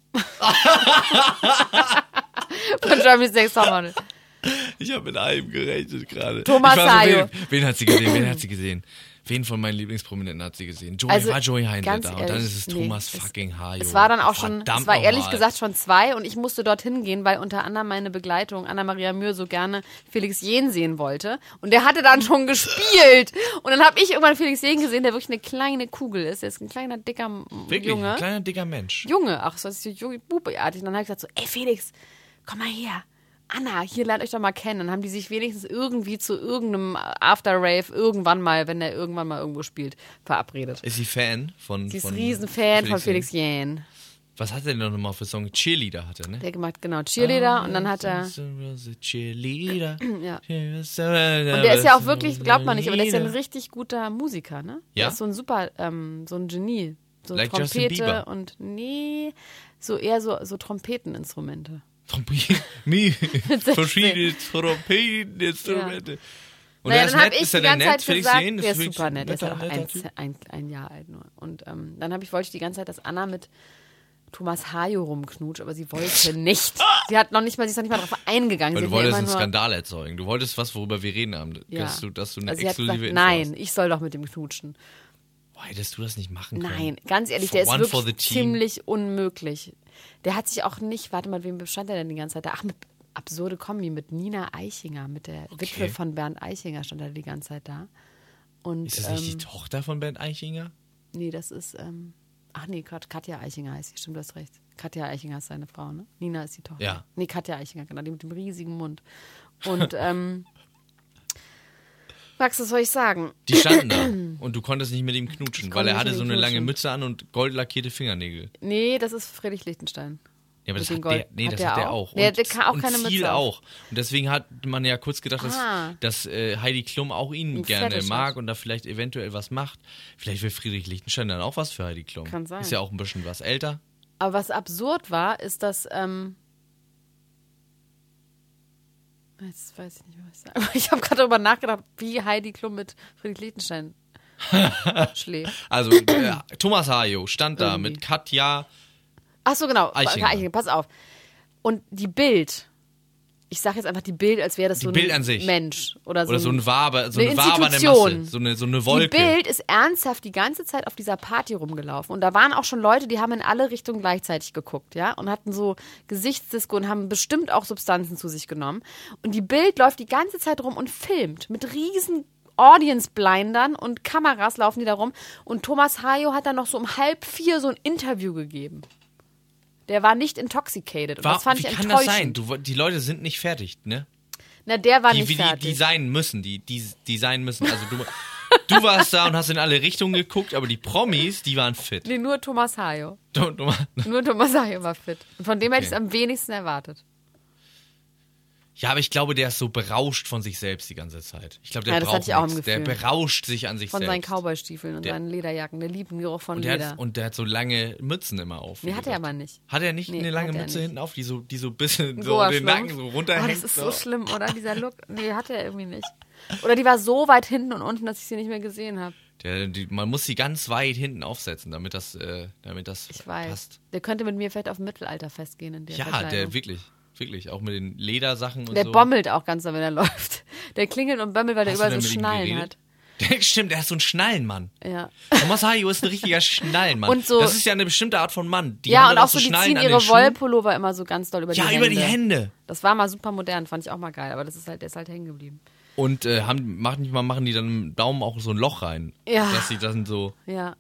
Speaker 2: Von Germany's Next Topmodel.
Speaker 3: Oh, Ich habe mit allem gerechnet gerade.
Speaker 2: Thomas
Speaker 3: Ich war
Speaker 2: Hayo.
Speaker 3: wen, wen hat sie gesehen? Wen hat sie gesehen? Wen von meinen Lieblingsprominenten hat sie gesehen? Joey,
Speaker 2: Also,
Speaker 3: war Joey Heinle da?
Speaker 2: ganz
Speaker 3: und dann
Speaker 2: ehrlich,
Speaker 3: ist es
Speaker 2: nee,
Speaker 3: Thomas
Speaker 2: es-
Speaker 3: fucking Hayo.
Speaker 2: Es war dann auch schon,
Speaker 3: Verdammt
Speaker 2: es war ehrlich
Speaker 3: nochmal.
Speaker 2: gesagt schon zwei und ich musste dorthin gehen, weil unter anderem meine Begleitung Anna-Maria Mühr so gerne Felix Jähn sehen wollte. Und der hatte dann schon gespielt. Und dann habe ich irgendwann Felix Jähn gesehen, der wirklich eine kleine Kugel ist. Der ist ein kleiner, dicker M-
Speaker 3: Wirklich,
Speaker 2: Junge.
Speaker 3: ein kleiner, dicker Mensch.
Speaker 2: Junge, ach, so ist so junge Bubeartig. Und dann habe ich gesagt so, ey Felix, komm mal her. Anna, hier lernt euch doch mal kennen. Dann haben die sich wenigstens irgendwie zu irgendeinem After-Rave irgendwann mal, wenn er irgendwann mal irgendwo spielt, verabredet.
Speaker 3: Ist sie Fan von.
Speaker 2: Sie ist
Speaker 3: von
Speaker 2: Riesenfan von Felix Jähn.
Speaker 3: Was hat er denn nochmal für Song? Cheerleader hat er, ne?
Speaker 2: Der gemacht, genau, Cheerleader. und dann hat er,
Speaker 3: Cheerleader.
Speaker 2: Ja.
Speaker 3: Und
Speaker 2: und der ist ja auch wirklich, glaubt man nicht, aber der ist ja ein richtig guter Musiker, ne?
Speaker 3: Ja?
Speaker 2: Der ist so ein super, ähm, so ein Genie. So
Speaker 3: Like Justin
Speaker 2: Trompete
Speaker 3: Bieber.
Speaker 2: und, nee, so eher so, so Trompeteninstrumente.
Speaker 3: Trompeten, verschiedene Trompeteninstrumente. Und
Speaker 2: naja,
Speaker 3: der ist
Speaker 2: dann habe
Speaker 3: nett,
Speaker 2: ich
Speaker 3: ist er
Speaker 2: die
Speaker 3: denn
Speaker 2: ganze
Speaker 3: nett?
Speaker 2: Zeit
Speaker 3: Felix
Speaker 2: gesagt,
Speaker 3: Jähn?
Speaker 2: der ist
Speaker 3: Felix
Speaker 2: super nett, der ist
Speaker 3: netter,
Speaker 2: ja auch
Speaker 3: netter
Speaker 2: ein,
Speaker 3: Typ?
Speaker 2: ein, ein Jahr alt nur. Und ähm, dann hab ich, wollte ich die ganze Zeit, dass Anna mit Thomas Hayo rumknutscht, aber sie wollte nicht. Sie hat noch nicht mal, sie ist noch nicht mal drauf eingegangen.
Speaker 3: Ah!
Speaker 2: sie hat
Speaker 3: Weil du
Speaker 2: mir
Speaker 3: wolltest einen
Speaker 2: immer nur-
Speaker 3: Skandal erzeugen. Du wolltest was, worüber wir reden haben.
Speaker 2: Ja.
Speaker 3: Dass, du, dass du eine
Speaker 2: Also sie hat
Speaker 3: exklusive
Speaker 2: gesagt,
Speaker 3: Info
Speaker 2: Nein,
Speaker 3: hast.
Speaker 2: ich soll doch mit dem knutschen.
Speaker 3: Boah, hättest du das nicht machen können?
Speaker 2: Nein, ganz ehrlich,
Speaker 3: For
Speaker 2: der ist
Speaker 3: one for the
Speaker 2: wirklich
Speaker 3: team.
Speaker 2: ziemlich unmöglich. Der hat sich auch nicht, warte mal, wem bestand er denn die ganze Zeit? da? Ach, mit absurde Kombi, mit Nina Eichinger, mit der Witwe von Bernd Eichinger stand er die ganze Zeit da. Und,
Speaker 3: Ist das
Speaker 2: ähm,
Speaker 3: nicht die Tochter von Bernd Eichinger?
Speaker 2: Nee, das ist, ähm, ach nee, Gott, Katja Eichinger heißt sie, stimmt, du hast recht. Katja Eichinger ist seine Frau, ne? Nina ist die Tochter.
Speaker 3: Ja.
Speaker 2: Nee, Katja Eichinger, genau, die mit dem riesigen Mund. Und, ähm, Max, was soll ich sagen?
Speaker 3: Die standen da und du konntest nicht mit ihm knutschen,
Speaker 2: Ich
Speaker 3: weil er
Speaker 2: konnte
Speaker 3: hatte
Speaker 2: nicht
Speaker 3: so
Speaker 2: mit ihm
Speaker 3: eine lange
Speaker 2: knutschen.
Speaker 3: Mütze an und goldlackierte Fingernägel.
Speaker 2: Nee, das ist Friedrich Lichtenstein.
Speaker 3: Ja, aber
Speaker 2: Mit
Speaker 3: das
Speaker 2: dem
Speaker 3: hat,
Speaker 2: Gold-
Speaker 3: der, nee,
Speaker 2: hat
Speaker 3: das
Speaker 2: der
Speaker 3: hat der
Speaker 2: auch?
Speaker 3: auch.
Speaker 2: Nee,
Speaker 3: und,
Speaker 2: der kann auch
Speaker 3: und
Speaker 2: keine Mütze
Speaker 3: viel
Speaker 2: auf.
Speaker 3: auch. Und deswegen hat man ja kurz gedacht, dass,
Speaker 2: Ah.
Speaker 3: dass äh, Heidi Klum auch ihn
Speaker 2: Ein
Speaker 3: gerne
Speaker 2: Fetisch
Speaker 3: mag
Speaker 2: hat.
Speaker 3: und da vielleicht eventuell was macht. Vielleicht will Friedrich Lichtenstein dann auch was für Heidi Klum.
Speaker 2: Kann sein.
Speaker 3: Ist ja auch ein bisschen was älter.
Speaker 2: Aber was absurd war, ist, dass, ähm, jetzt weiß ich nicht mehr, was ich sage. Ich habe gerade darüber nachgedacht, wie Heidi Klum mit Friedrich Lichtenstein schläft.
Speaker 3: Also äh, Thomas Hayo stand da
Speaker 2: Irgendwie.
Speaker 3: mit Katja.
Speaker 2: Ach so, genau.
Speaker 3: Eichinger.
Speaker 2: Eichinger. Pass auf. Und die Bild. Ich sage jetzt einfach die Bild, als wäre das
Speaker 3: Die
Speaker 2: so ein
Speaker 3: Bild an sich.
Speaker 2: Mensch oder so.
Speaker 3: Oder so ein Waber, so
Speaker 2: eine
Speaker 3: eine wabernde
Speaker 2: Institution.
Speaker 3: Masse, so eine, so eine
Speaker 2: die
Speaker 3: Wolke.
Speaker 2: Bild ist ernsthaft die ganze Zeit auf dieser Party rumgelaufen. Und da waren auch schon Leute, die haben in alle Richtungen gleichzeitig geguckt, ja, und hatten so Gesichtsdisco und haben bestimmt auch Substanzen zu sich genommen. Und die Bild läuft die ganze Zeit rum und filmt mit riesen Audience-Blindern und Kameras laufen die da rum. Und Thomas Hayo hat dann noch so um halb vier so ein Interview gegeben. Der war nicht intoxicated. Und
Speaker 3: Wa-
Speaker 2: das fand
Speaker 3: wie
Speaker 2: ich
Speaker 3: kann
Speaker 2: enttäuschend.
Speaker 3: das sein? Du, die Leute sind nicht fertig, ne?
Speaker 2: Na, der war
Speaker 3: Die,
Speaker 2: nicht
Speaker 3: wie die,
Speaker 2: fertig.
Speaker 3: die sein müssen, die, die, die sein müssen. Also du, du warst da und hast in alle Richtungen geguckt, aber die Promis, die waren fit.
Speaker 2: nee, nur Thomas Hayo.
Speaker 3: Du, du,
Speaker 2: Nur Thomas Hayo war fit. Und von dem hätte ich es
Speaker 3: Okay.
Speaker 2: am wenigsten erwartet.
Speaker 3: ja, aber ich glaube, der ist so berauscht von sich selbst die ganze Zeit. Ich glaube, der
Speaker 2: Ja, das
Speaker 3: braucht
Speaker 2: hatte ich auch im
Speaker 3: nichts. Der
Speaker 2: Gefühl.
Speaker 3: berauscht sich an sich
Speaker 2: Von seinen
Speaker 3: selbst.
Speaker 2: Cowboy-Stiefeln und
Speaker 3: Der-
Speaker 2: seinen Lederjacken. Der liebt den Geruch von
Speaker 3: und der,
Speaker 2: Leder.
Speaker 3: hat, und der hat so lange Mützen immer auf. wie
Speaker 2: Nee, hat er
Speaker 3: gesagt.
Speaker 2: aber nicht.
Speaker 3: Hat er nicht
Speaker 2: Nee,
Speaker 3: eine lange
Speaker 2: hat er
Speaker 3: Mütze
Speaker 2: nicht.
Speaker 3: hinten auf, die so, die so ein bisschen so
Speaker 2: Goa-Schlumpf.
Speaker 3: den Nacken so
Speaker 2: Ah,
Speaker 3: runterhängt?
Speaker 2: das ist so schlimm, oder? Dieser Look. Nee, hat er irgendwie nicht. Oder die war so weit hinten und unten, dass ich sie nicht mehr gesehen habe.
Speaker 3: Der, die, man muss sie ganz weit hinten aufsetzen, damit das, äh, damit das
Speaker 2: Ich weiß.
Speaker 3: passt.
Speaker 2: Der könnte mit mir vielleicht auf Mittelalter festgehen in der
Speaker 3: Ja,
Speaker 2: Verkleidung.
Speaker 3: der wirklich, wirklich. Auch mit den Ledersachen und
Speaker 2: Der
Speaker 3: so.
Speaker 2: bommelt auch ganz doll, wenn er läuft. Der klingelt und bommelt, weil
Speaker 3: Hast du
Speaker 2: der
Speaker 3: denn
Speaker 2: überall so
Speaker 3: mit ihm
Speaker 2: Schnallen hat.
Speaker 3: geredet? Der, stimmt, der ist so ein Schnallenmann.
Speaker 2: Ja.
Speaker 3: Thomas Hayo ist ein richtiger Schnallenmann.
Speaker 2: Und so-
Speaker 3: das ist ja eine bestimmte Art von Mann. Die
Speaker 2: ja,
Speaker 3: haben
Speaker 2: und
Speaker 3: dann
Speaker 2: auch so, die
Speaker 3: Schnallen
Speaker 2: ziehen
Speaker 3: an den
Speaker 2: ihre
Speaker 3: Schuhen.
Speaker 2: Wollpullover immer so ganz doll über die
Speaker 3: Ja,
Speaker 2: Hände.
Speaker 3: über die Hände.
Speaker 2: Das war mal super modern, fand ich auch mal geil, aber das ist halt, der ist halt hängen geblieben.
Speaker 3: Und äh, haben, machen, machen die dann im Daumen auch so ein Loch rein.
Speaker 2: Ja.
Speaker 3: Dass sie dann so.
Speaker 2: Ja.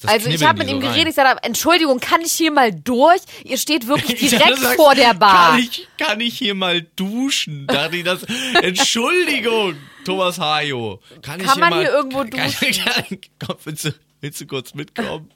Speaker 3: Das
Speaker 2: also ich
Speaker 3: knibbeln
Speaker 2: habe mit
Speaker 3: die so
Speaker 2: ihm
Speaker 3: rein.
Speaker 2: geredet, ich sagte, Entschuldigung, kann ich hier mal durch? Ihr steht wirklich
Speaker 3: Ich
Speaker 2: direkt
Speaker 3: dachte, du
Speaker 2: vor
Speaker 3: sagst,
Speaker 2: der Bar.
Speaker 3: Kann ich, kann ich hier mal duschen? Dachte ich das. Entschuldigung, Thomas Hayo. Kann, ich
Speaker 2: Kann man
Speaker 3: mal,
Speaker 2: hier irgendwo
Speaker 3: kann, Kann, komm, willst, du, willst du kurz mitkommen?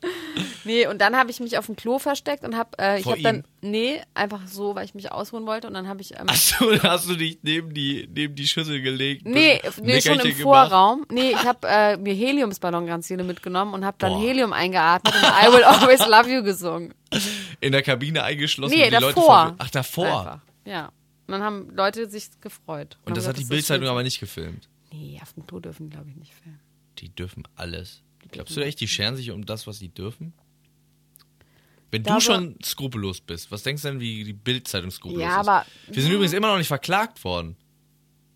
Speaker 2: Nee, und dann habe ich mich auf dem Klo versteckt und habe äh, ich
Speaker 3: Vor
Speaker 2: habe dann
Speaker 3: ihm?
Speaker 2: nee, einfach so, weil ich mich ausruhen wollte und dann habe ich ähm,
Speaker 3: Achso, hast du dich neben die, neben die Schüssel gelegt?
Speaker 2: Nee,
Speaker 3: bisschen
Speaker 2: nee schon im
Speaker 3: Nickerchen
Speaker 2: Vorraum. Nee, ich habe äh, mir Heliumsballon ganz viele mitgenommen und habe dann
Speaker 3: Boah.
Speaker 2: Helium eingeatmet und I will always love you gesungen.
Speaker 3: Gemacht, in der Kabine eingeschlossen.
Speaker 2: Nee,
Speaker 3: und die Leute
Speaker 2: davor.
Speaker 3: vor- Ach, davor.
Speaker 2: Einfach. Ja. Und dann haben Leute sich gefreut.
Speaker 3: Und das
Speaker 2: haben
Speaker 3: hat
Speaker 2: gesagt,
Speaker 3: die
Speaker 2: ist
Speaker 3: Bildzeitung
Speaker 2: schön.
Speaker 3: aber nicht gefilmt.
Speaker 2: Nee, auf dem Klo dürfen glaube ich nicht filmen.
Speaker 3: Die dürfen alles. Glaubst du echt, die scheren sich um das, was sie dürfen? Wenn du
Speaker 2: glaube-
Speaker 3: schon skrupellos bist, was denkst du denn, wie die Bildzeitung skrupellos
Speaker 2: Ja,
Speaker 3: ist?
Speaker 2: aber- hm.
Speaker 3: Wir sind übrigens immer noch nicht verklagt worden.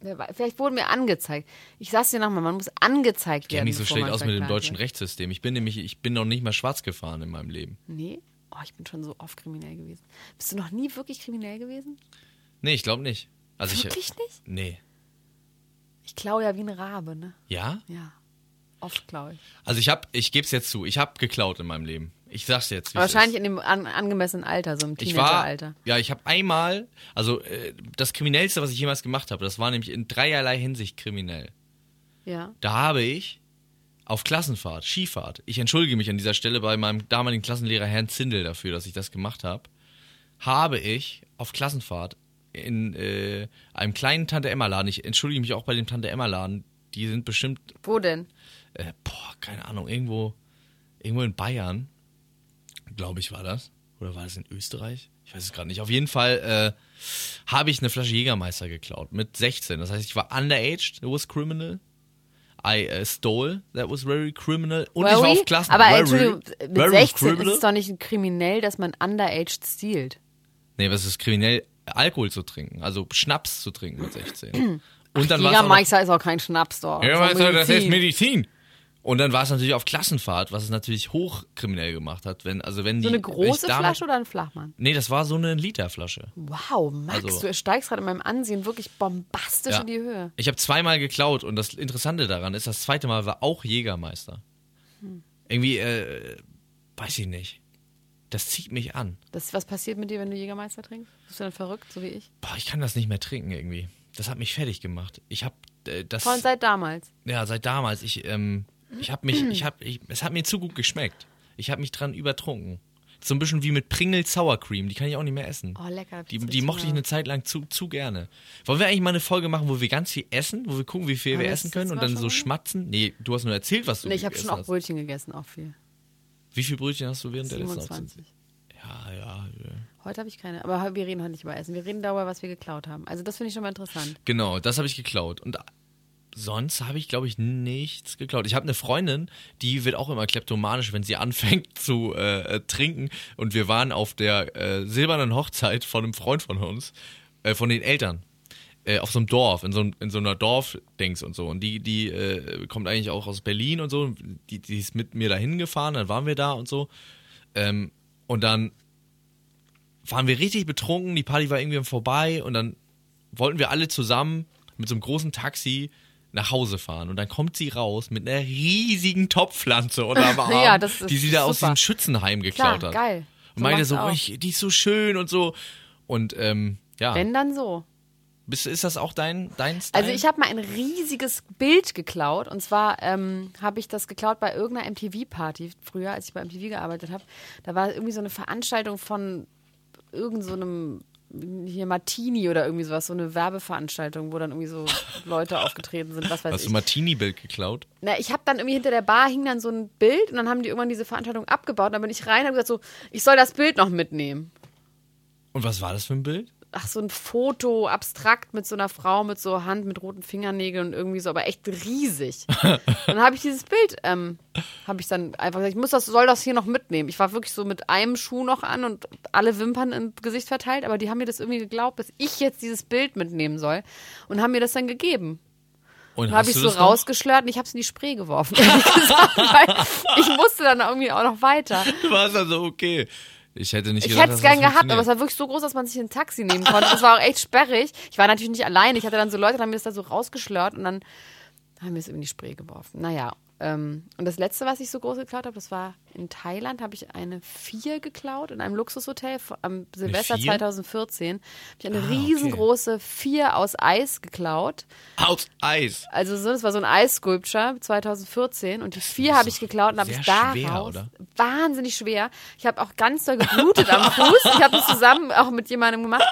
Speaker 2: Wer weiß, Vielleicht wurden wir angezeigt. Ich sag's dir nochmal, man muss angezeigt
Speaker 3: Ich kenne
Speaker 2: werden.
Speaker 3: mich so
Speaker 2: bevor
Speaker 3: schlecht
Speaker 2: man
Speaker 3: aus mit dem
Speaker 2: verklagt
Speaker 3: deutschen
Speaker 2: wird.
Speaker 3: Rechtssystem. Ich bin nämlich, ich bin noch nicht mal schwarz gefahren in meinem Leben.
Speaker 2: Nee. Oh, ich bin schon so oft kriminell gewesen. Bist du noch nie wirklich kriminell gewesen?
Speaker 3: Nee, ich glaube nicht. Also
Speaker 2: Wirklich
Speaker 3: ich,
Speaker 2: nicht?
Speaker 3: Nee.
Speaker 2: Ich klaue ja wie ein Rabe, ne?
Speaker 3: Ja?
Speaker 2: Ja. Oft klaue ich.
Speaker 3: Also ich habe, ich gebe es jetzt zu, ich habe geklaut in meinem Leben. Ich sag's jetzt. wie's
Speaker 2: Wahrscheinlich
Speaker 3: ist.
Speaker 2: in dem an, angemessenen Alter, so im
Speaker 3: Ich war,
Speaker 2: Teenageralter.
Speaker 3: ja, ich habe einmal, also äh, das Kriminellste, was ich jemals gemacht habe, das war nämlich in dreierlei Hinsicht kriminell.
Speaker 2: Ja.
Speaker 3: Da habe ich auf Klassenfahrt, Skifahrt, ich entschuldige mich an dieser Stelle bei meinem damaligen Klassenlehrer Herrn Zindel dafür, dass ich das gemacht habe, habe ich auf Klassenfahrt in äh, einem kleinen Tante-Emma-Laden, ich entschuldige mich auch bei dem Tante-Emma-Laden, die sind bestimmt,
Speaker 2: Wo denn?
Speaker 3: äh, boah, keine Ahnung, irgendwo, irgendwo in Bayern, glaube ich, war das. Oder war das in Österreich? Ich weiß es gerade nicht. Auf jeden Fall äh, habe ich eine Flasche Jägermeister geklaut mit 16. Das heißt, ich war underaged, was criminal. I äh, stole, that was very criminal. Und ich war
Speaker 2: Worry?
Speaker 3: auf Klassen.
Speaker 2: Aber
Speaker 3: very,
Speaker 2: Entschuldigung, mit 16
Speaker 3: very
Speaker 2: ist
Speaker 3: criminal.
Speaker 2: es doch nicht kriminell, dass man underaged stiehlt.
Speaker 3: Nee, was ist kriminell? Alkohol zu trinken, also Schnaps zu trinken mit 16. Und dann war's auch noch-
Speaker 2: Jägermeister ist auch kein Schnaps doch.
Speaker 3: Ja,
Speaker 2: Das ist
Speaker 3: Meister, das ist
Speaker 2: Medizin.
Speaker 3: Medizin. Und dann war es natürlich auf Klassenfahrt, was es natürlich hochkriminell gemacht hat, wenn also wenn die
Speaker 2: So eine
Speaker 3: wenn ich
Speaker 2: große
Speaker 3: damals-
Speaker 2: Flasche oder ein Flachmann?
Speaker 3: Nee, das war so eine Literflasche.
Speaker 2: Wow, Max,
Speaker 3: Also-
Speaker 2: du steigst gerade in meinem Ansehen wirklich bombastisch in die Höhe.
Speaker 3: Ich habe zweimal geklaut und das Interessante daran ist, das zweite Mal war auch Jägermeister.
Speaker 2: Hm.
Speaker 3: Irgendwie, äh, weiß ich nicht. Das zieht mich an.
Speaker 2: Das, was passiert mit dir, wenn du Jägermeister trinkst? Bist du dann verrückt, so wie ich?
Speaker 3: Boah, ich kann das nicht mehr trinken irgendwie. Das hat mich fertig gemacht. Ich habe äh, das
Speaker 2: Von seit damals.
Speaker 3: ja seit damals. Ich ähm, ich habe mich, ich habe, ich, es hat mir zu gut geschmeckt. Ich habe mich dran übertrunken. So ein bisschen wie mit Pringles Sour Cream. Die kann ich auch nicht mehr essen.
Speaker 2: Oh, lecker, da hab ich
Speaker 3: Die,
Speaker 2: jetzt
Speaker 3: die
Speaker 2: richtig
Speaker 3: mochte ich
Speaker 2: Hunger.
Speaker 3: eine Zeit lang zu, zu gerne. Wollen wir eigentlich mal eine Folge machen, wo wir ganz viel essen, wo wir gucken, wie viel
Speaker 2: Haben
Speaker 3: wir
Speaker 2: wir
Speaker 3: essen
Speaker 2: das
Speaker 3: können
Speaker 2: letzte
Speaker 3: und
Speaker 2: Mal
Speaker 3: dann
Speaker 2: schon
Speaker 3: so
Speaker 2: gemacht?
Speaker 3: schmatzen? Nee, du hast nur erzählt, was du
Speaker 2: Nee, ich habe
Speaker 3: gegessen
Speaker 2: schon auch
Speaker 3: hast.
Speaker 2: Brötchen gegessen, auch viel.
Speaker 3: Wie viele Brötchen hast du während der letzten
Speaker 2: 27.
Speaker 3: Aufzählung? Ja, ja, ja.
Speaker 2: Heute habe ich keine, aber wir reden heute nicht über Essen. Wir reden darüber, was wir geklaut haben. Also das finde ich schon mal interessant.
Speaker 3: Genau, das habe ich geklaut. Und sonst habe ich, glaube ich, nichts geklaut. Ich habe eine Freundin, die wird auch immer kleptomanisch, wenn sie anfängt zu äh, äh, trinken. Und wir waren auf der äh, silbernen Hochzeit von einem Freund von uns, äh, von den Eltern. Äh, auf so einem Dorf, in so, einem- in so einer Dorfdings und so. Und die, die äh, kommt eigentlich auch aus Berlin und so. Die, die ist mit mir dahin gefahren, dann waren wir da und so. Ähm, und dann waren wir richtig betrunken, die Party war irgendwie vorbei und dann wollten wir alle zusammen mit so einem großen Taxi nach Hause fahren und dann kommt sie raus mit einer riesigen Topfpflanze unterm Arm,
Speaker 2: Ja, das ist
Speaker 3: die sie da aus
Speaker 2: super.
Speaker 3: diesem Schützenheim geklaut
Speaker 2: Klar,
Speaker 3: hat.
Speaker 2: geil.
Speaker 3: Und
Speaker 2: So
Speaker 3: meinte
Speaker 2: macht's
Speaker 3: so,
Speaker 2: auch.
Speaker 3: oh, ich, die ist so schön und so. Und ähm, ja,
Speaker 2: Wenn dann so.
Speaker 3: Bist, ist das auch dein, dein Style?
Speaker 2: Also ich habe mal ein riesiges Bild geklaut und zwar ähm, habe ich das geklaut bei irgendeiner MTV-Party früher, als ich bei MTV gearbeitet habe. Da war irgendwie so eine Veranstaltung von irgend so einem hier Martini oder irgendwie sowas, so eine Werbeveranstaltung, wo dann irgendwie so Leute aufgetreten sind, was weiß
Speaker 3: Hast
Speaker 2: ich.
Speaker 3: du Martini-Bild geklaut?
Speaker 2: Na, ich habe dann irgendwie hinter der Bar hing dann so ein Bild und dann haben die irgendwann diese Veranstaltung abgebaut und dann bin ich rein und habe gesagt so, ich soll das Bild noch mitnehmen.
Speaker 3: Und was war das für ein Bild?
Speaker 2: Ach, so ein Foto, abstrakt mit so einer Frau mit so Hand mit roten Fingernägeln und irgendwie so, aber echt riesig. dann habe ich dieses Bild, ähm, habe ich dann einfach gesagt, ich muss das, soll das hier noch mitnehmen. Ich war wirklich so mit einem Schuh noch an und alle Wimpern im Gesicht verteilt, aber die haben mir das irgendwie geglaubt, dass ich jetzt dieses Bild mitnehmen soll und haben mir das dann gegeben.
Speaker 3: Und
Speaker 2: Dann habe
Speaker 3: hast
Speaker 2: ich
Speaker 3: du
Speaker 2: so
Speaker 3: das noch?
Speaker 2: rausgeschlört und ich habe es in die Spree geworfen. ehrlich gesagt, weil ich musste dann irgendwie auch noch weiter.
Speaker 3: Du warst also okay. Ich hätte nicht
Speaker 2: Ich
Speaker 3: gedacht,
Speaker 2: hätte es
Speaker 3: dass
Speaker 2: gern
Speaker 3: das
Speaker 2: gehabt, aber es
Speaker 3: funktioniert.
Speaker 2: war wirklich so groß, dass man sich ein Taxi nehmen konnte. Das war auch echt sperrig. Ich war natürlich nicht alleine. Ich hatte dann so Leute, die haben mir das da so rausgeschlört und dann haben wir es in die Spree geworfen. Naja. Ähm, und das letzte, was ich so groß geklaut habe, das war in Thailand, habe ich eine Vier geklaut in einem Luxushotel vor- am Silvester
Speaker 3: Vier?
Speaker 2: 2014. Habe ich eine
Speaker 3: Ah, okay.
Speaker 2: riesengroße Vier aus Eis geklaut.
Speaker 3: Aus Eis.
Speaker 2: Also so, das war so ein Eissculpture 2014 und die vier
Speaker 3: ist
Speaker 2: habe ich
Speaker 3: doch
Speaker 2: geklaut und habe ich
Speaker 3: sehr
Speaker 2: daraus
Speaker 3: schwer, oder?
Speaker 2: wahnsinnig schwer. Ich habe auch ganz doll geblutet am Fuß. Ich habe das zusammen auch mit jemandem gemacht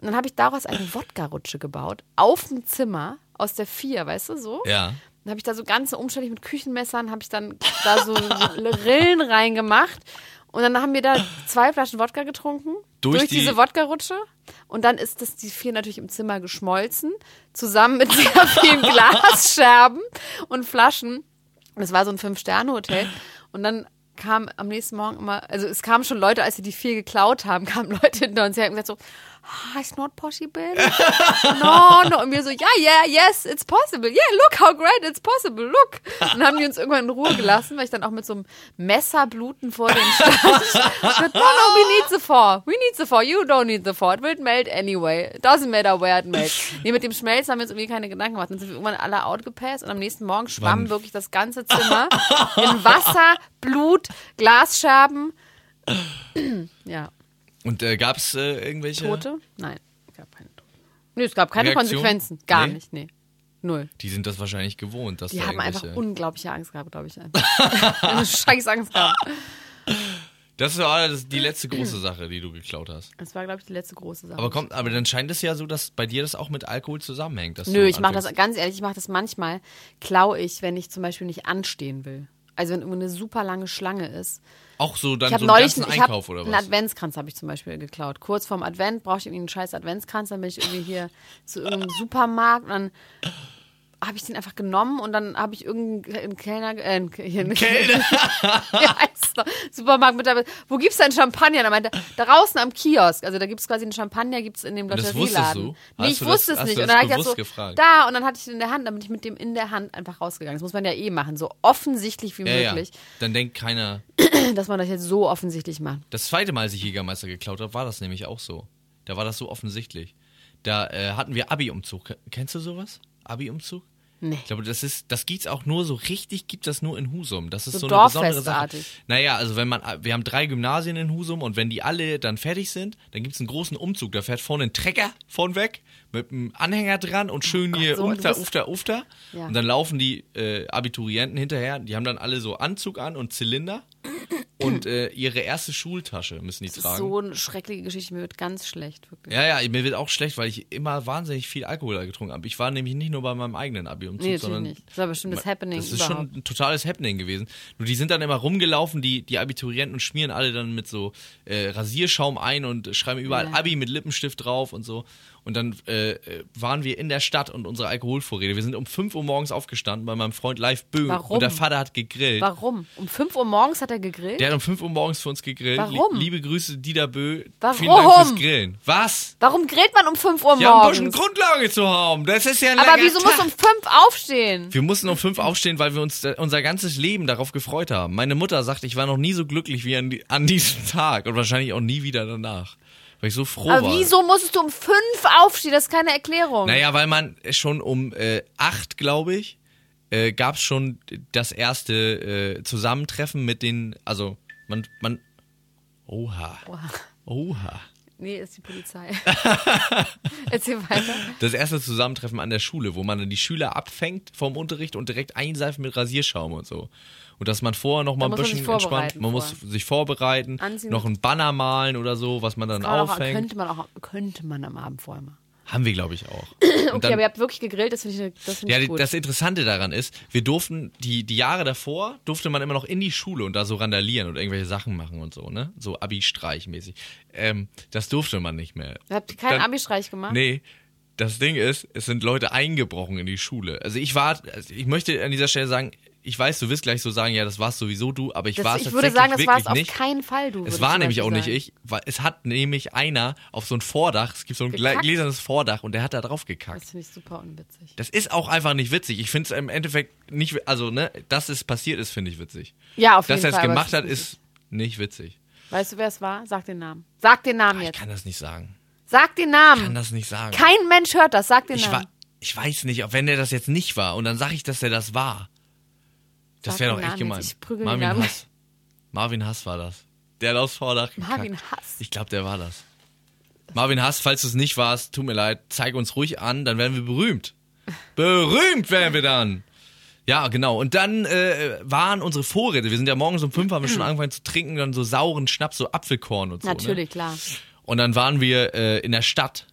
Speaker 2: und dann habe ich daraus eine Wodka-Rutsche gebaut auf dem Zimmer aus der vier, weißt du so?
Speaker 3: Ja.
Speaker 2: Dann habe ich da so ganze umständlich mit Küchenmessern, habe ich dann da so Rillen reingemacht. Und dann haben wir da zwei Flaschen Wodka getrunken.
Speaker 3: Durch
Speaker 2: Durch,
Speaker 3: die-
Speaker 2: diese Wodka-Rutsche. Und dann ist das die vier natürlich im Zimmer geschmolzen. Zusammen mit sehr vielen Glasscherben und Flaschen. Und es war so ein Fünf-Sterne-Hotel. Und dann kam am nächsten Morgen immer, also es kamen schon Leute, als sie die vier geklaut haben, kamen Leute hinter uns her und haben gesagt so, ah, it's not possible no, no. Und wir so, ja, yeah, yes, it's possible. Yeah, look how great it's possible, look. Und dann haben die uns irgendwann in Ruhe gelassen, weil ich dann auch mit so einem Messer bluten vor dem stand. Ich so, no, no, we need the four. We need the four. You don't need the four. It will melt anyway. It doesn't matter where it melts. Nee, mit dem Schmelzen haben wir uns irgendwie keine Gedanken gemacht. Dann sind wir irgendwann alle outgepasst und am nächsten Morgen schwamm
Speaker 3: Wann?
Speaker 2: wirklich das ganze Zimmer in Wasser, Blut, Glasscherben. ja.
Speaker 3: Und äh, gab es äh, irgendwelche?
Speaker 2: Tote? Nein, es gab keine Toten. Nee, es gab keine
Speaker 3: Reaktion?
Speaker 2: Konsequenzen. Gar
Speaker 3: Nee?
Speaker 2: nicht, nee. Null.
Speaker 3: Die sind das wahrscheinlich gewohnt, dass
Speaker 2: Die
Speaker 3: da
Speaker 2: haben einfach
Speaker 3: irgendwelche-
Speaker 2: unglaubliche Angst gehabt, glaube ich. Eine Scheiß Angst gehabt.
Speaker 3: Das war das, die letzte große Sache, die du geklaut hast.
Speaker 2: Das war, glaube ich, die letzte große Sache.
Speaker 3: Aber kommt, aber dann scheint es ja so, dass bei dir das auch mit Alkohol zusammenhängt. Dass
Speaker 2: Nö,
Speaker 3: du
Speaker 2: ich mache das
Speaker 3: anfängst-
Speaker 2: ganz ehrlich, ich mache das manchmal, klau ich, wenn ich zum Beispiel nicht anstehen will. Also wenn irgendwo eine super lange Schlange ist.
Speaker 3: auch so
Speaker 2: Ich
Speaker 3: dann
Speaker 2: habe
Speaker 3: so einen
Speaker 2: neulich
Speaker 3: ganzen
Speaker 2: ich hab
Speaker 3: Einkauf oder
Speaker 2: einen
Speaker 3: was.
Speaker 2: Adventskranz habe ich zum Beispiel geklaut. Kurz vorm Advent brauchte ich irgendwie einen scheiß Adventskranz, dann bin ich irgendwie hier zu irgendeinem Supermarkt und dann habe ich den einfach genommen und dann habe ich irgendeinen Kellner, äh, einen Ke- hier einen Kellner, ja, ist doch- Supermarkt mit dabei. Wo gibt's denn Champagner? Und er meinte, da draußen am Kiosk. Also da gibt's quasi einen Champagner, gibt's in dem
Speaker 3: das wusstest
Speaker 2: Lotterieladen.
Speaker 3: du?
Speaker 2: Nee,
Speaker 3: Hast
Speaker 2: ich
Speaker 3: du das-
Speaker 2: wusste es
Speaker 3: hast du
Speaker 2: nicht.
Speaker 3: das
Speaker 2: und dann habe ich
Speaker 3: bewusst
Speaker 2: so,
Speaker 3: gefragt?
Speaker 2: da und dann hatte ich den in der Hand, dann bin ich mit dem in der Hand einfach rausgegangen. Das muss man ja eh machen, so offensichtlich wie
Speaker 3: Ja, ja.
Speaker 2: möglich,
Speaker 3: Dann denkt keiner.
Speaker 2: dass man das jetzt so offensichtlich macht.
Speaker 3: Das zweite Mal, als ich Jägermeister geklaut habe, war das nämlich auch so. Da war das so offensichtlich. Da äh, hatten wir Abi-Umzug. Ke- Kennst du sowas? Abi-Umzug?
Speaker 2: Nee.
Speaker 3: Ich glaube, das ist, das gibt's auch nur so richtig, gibt das nur in Husum. Das ist
Speaker 2: So
Speaker 3: so, eine besondere Sache.
Speaker 2: dorffestartig.
Speaker 3: Naja, also wenn man, wir haben drei Gymnasien in Husum und wenn die alle dann fertig sind, dann gibt's einen großen Umzug. Da fährt vorne ein Trecker vorn weg mit einem Anhänger dran und schön hier
Speaker 2: Oh so ein-
Speaker 3: ufter,
Speaker 2: du bist-
Speaker 3: ufter, ufter.
Speaker 2: Ja.
Speaker 3: Und dann laufen die äh, Abiturienten hinterher. Die haben dann alle so Anzug an und Zylinder und äh, ihre erste Schultasche müssen die
Speaker 2: Das ist
Speaker 3: tragen.
Speaker 2: so eine schreckliche Geschichte, mir wird ganz schlecht, wirklich.
Speaker 3: Ja, ja, mir wird auch schlecht, weil ich immer wahnsinnig viel Alkohol getrunken habe. Ich war nämlich nicht nur bei meinem eigenen Abi-Umzug,
Speaker 2: Nee, natürlich
Speaker 3: sondern.
Speaker 2: nicht. Das war bestimmt das Happening
Speaker 3: Das ist
Speaker 2: überhaupt.
Speaker 3: schon ein totales Happening gewesen. Nur die sind dann immer rumgelaufen, die, die Abiturienten, und schmieren alle dann mit so äh, Rasierschaum ein und schreiben überall
Speaker 2: Ja.
Speaker 3: Abi mit Lippenstift drauf und so. Und dann äh, äh, waren wir in der Stadt und unsere Alkoholvorräte. Wir sind um 5 Uhr morgens aufgestanden bei meinem Freund Live Böhm.
Speaker 2: Warum?
Speaker 3: Und der Vater hat gegrillt.
Speaker 2: Warum? Um 5 Uhr morgens hat er gegrillt?
Speaker 3: Der hat um 5 Uhr morgens für uns gegrillt.
Speaker 2: Warum?
Speaker 3: Liebe Grüße, Dieter Bö.
Speaker 2: Warum?
Speaker 3: Vielen Dank fürs Grillen. Was?
Speaker 2: Warum grillt man um 5 Uhr
Speaker 3: Ja, um ein bisschen
Speaker 2: morgens?
Speaker 3: Grundlage zu haben. Das ist ja ein
Speaker 2: Aber
Speaker 3: langer
Speaker 2: wieso musst
Speaker 3: Tag.
Speaker 2: du um 5 aufstehen?
Speaker 3: Wir mussten um fünf aufstehen, weil wir uns da- unser ganzes Leben darauf gefreut haben. Meine Mutter sagt, ich war noch nie so glücklich wie an, die- an diesem Tag und wahrscheinlich auch nie wieder danach. Weil ich so froh
Speaker 2: Aber
Speaker 3: war.
Speaker 2: wieso musstest du um 5 aufstehen? Das ist keine Erklärung.
Speaker 3: Naja, weil man schon um äh, acht, glaube ich, äh, gab es schon das erste äh, Zusammentreffen mit den, also man, man, oha,
Speaker 2: Oha.
Speaker 3: oha.
Speaker 2: Nee, ist die Polizei. Erzähl weiter.
Speaker 3: Das erste Zusammentreffen an der Schule, wo man dann die Schüler abfängt vom Unterricht und direkt einseifen mit Rasierschaum und so. Und dass man vorher noch mal
Speaker 2: Da muss
Speaker 3: ein
Speaker 2: man sich
Speaker 3: bisschen entspannt,
Speaker 2: vorbereiten
Speaker 3: man muss
Speaker 2: vorher.
Speaker 3: sich vorbereiten,
Speaker 2: Anziehen.
Speaker 3: noch ein Banner malen oder so, was man dann
Speaker 2: Kann man auch,
Speaker 3: auffängt.
Speaker 2: könnte, man auch, könnte man am Abend vorher mal.
Speaker 3: Haben wir, glaube ich, auch.
Speaker 2: Okay, aber ihr habt wirklich gegrillt, das finde ich, das find
Speaker 3: Ja,
Speaker 2: ich
Speaker 3: die-
Speaker 2: gut.
Speaker 3: das Interessante daran ist, wir durften die, die Jahre davor durfte man immer noch in die Schule und da so randalieren und irgendwelche Sachen machen und so, ne? So Abi-Streich-mäßig. Ähm, das durfte man nicht mehr.
Speaker 2: habt ihr keinen
Speaker 3: Dann-
Speaker 2: Abi-Streich gemacht?
Speaker 3: Nee, das Ding ist, es sind Leute eingebrochen in die Schule. Also ich war, also ich möchte an dieser Stelle sagen, ich weiß, du wirst gleich so sagen, ja, das warst sowieso du, aber ich war
Speaker 2: das,
Speaker 3: es
Speaker 2: ich würde sagen, das
Speaker 3: wirklich
Speaker 2: war es auf
Speaker 3: nicht.
Speaker 2: keinen Fall, du. würde
Speaker 3: Es
Speaker 2: ich
Speaker 3: war
Speaker 2: zum
Speaker 3: nämlich auch
Speaker 2: Beispiel
Speaker 3: nicht
Speaker 2: sagen.
Speaker 3: ich, weil es hat nämlich einer auf so ein Vordach, es gibt so ein
Speaker 2: Gekackt?
Speaker 3: gläsernes Vordach und der hat da drauf gekackt.
Speaker 2: Das finde ich super unwitzig.
Speaker 3: Das ist auch einfach nicht witzig. Ich finde es im Endeffekt nicht, wi- also ne, dass es passiert ist, finde ich witzig.
Speaker 2: Ja, auf
Speaker 3: Dass
Speaker 2: jeden
Speaker 3: er es
Speaker 2: Fall. aber
Speaker 3: gemacht
Speaker 2: das
Speaker 3: hat, ist nicht witzig.
Speaker 2: Weißt du, wer es war? Sag den Namen. Sag den Namen
Speaker 3: Ah, ich
Speaker 2: jetzt. Hm.
Speaker 3: kann das nicht sagen.
Speaker 2: Sag den
Speaker 3: Ich kann
Speaker 2: Namen.
Speaker 3: das nicht sagen.
Speaker 2: Kein Mensch hört das. Sag den
Speaker 3: Ich,
Speaker 2: Namen.
Speaker 3: wa- ich weiß nicht, ob wenn der das jetzt nicht war und dann sage ich, dass er das war. Das
Speaker 2: Sag
Speaker 3: wäre
Speaker 2: den
Speaker 3: doch
Speaker 2: Namen
Speaker 3: echt
Speaker 2: jetzt,
Speaker 3: gemein.
Speaker 2: ich prügel den
Speaker 3: Marvin
Speaker 2: Namen.
Speaker 3: Hass. Marvin Hass war das. Der hat aus Vordach gekackt.
Speaker 2: Marvin Hass?
Speaker 3: Ich glaube, der war das. Marvin Hass, falls du es nicht warst, tut mir leid, zeig uns ruhig an, dann werden wir berühmt. Berühmt werden wir dann. Ja, genau. Und dann äh, waren unsere Vorräte. Wir sind ja morgens um fünf, haben wir schon angefangen zu trinken, dann so sauren Schnaps, so Apfelkorn und so.
Speaker 2: Mhm. Natürlich,
Speaker 3: Ne?
Speaker 2: klar.
Speaker 3: Und dann waren wir äh, in der Stadt,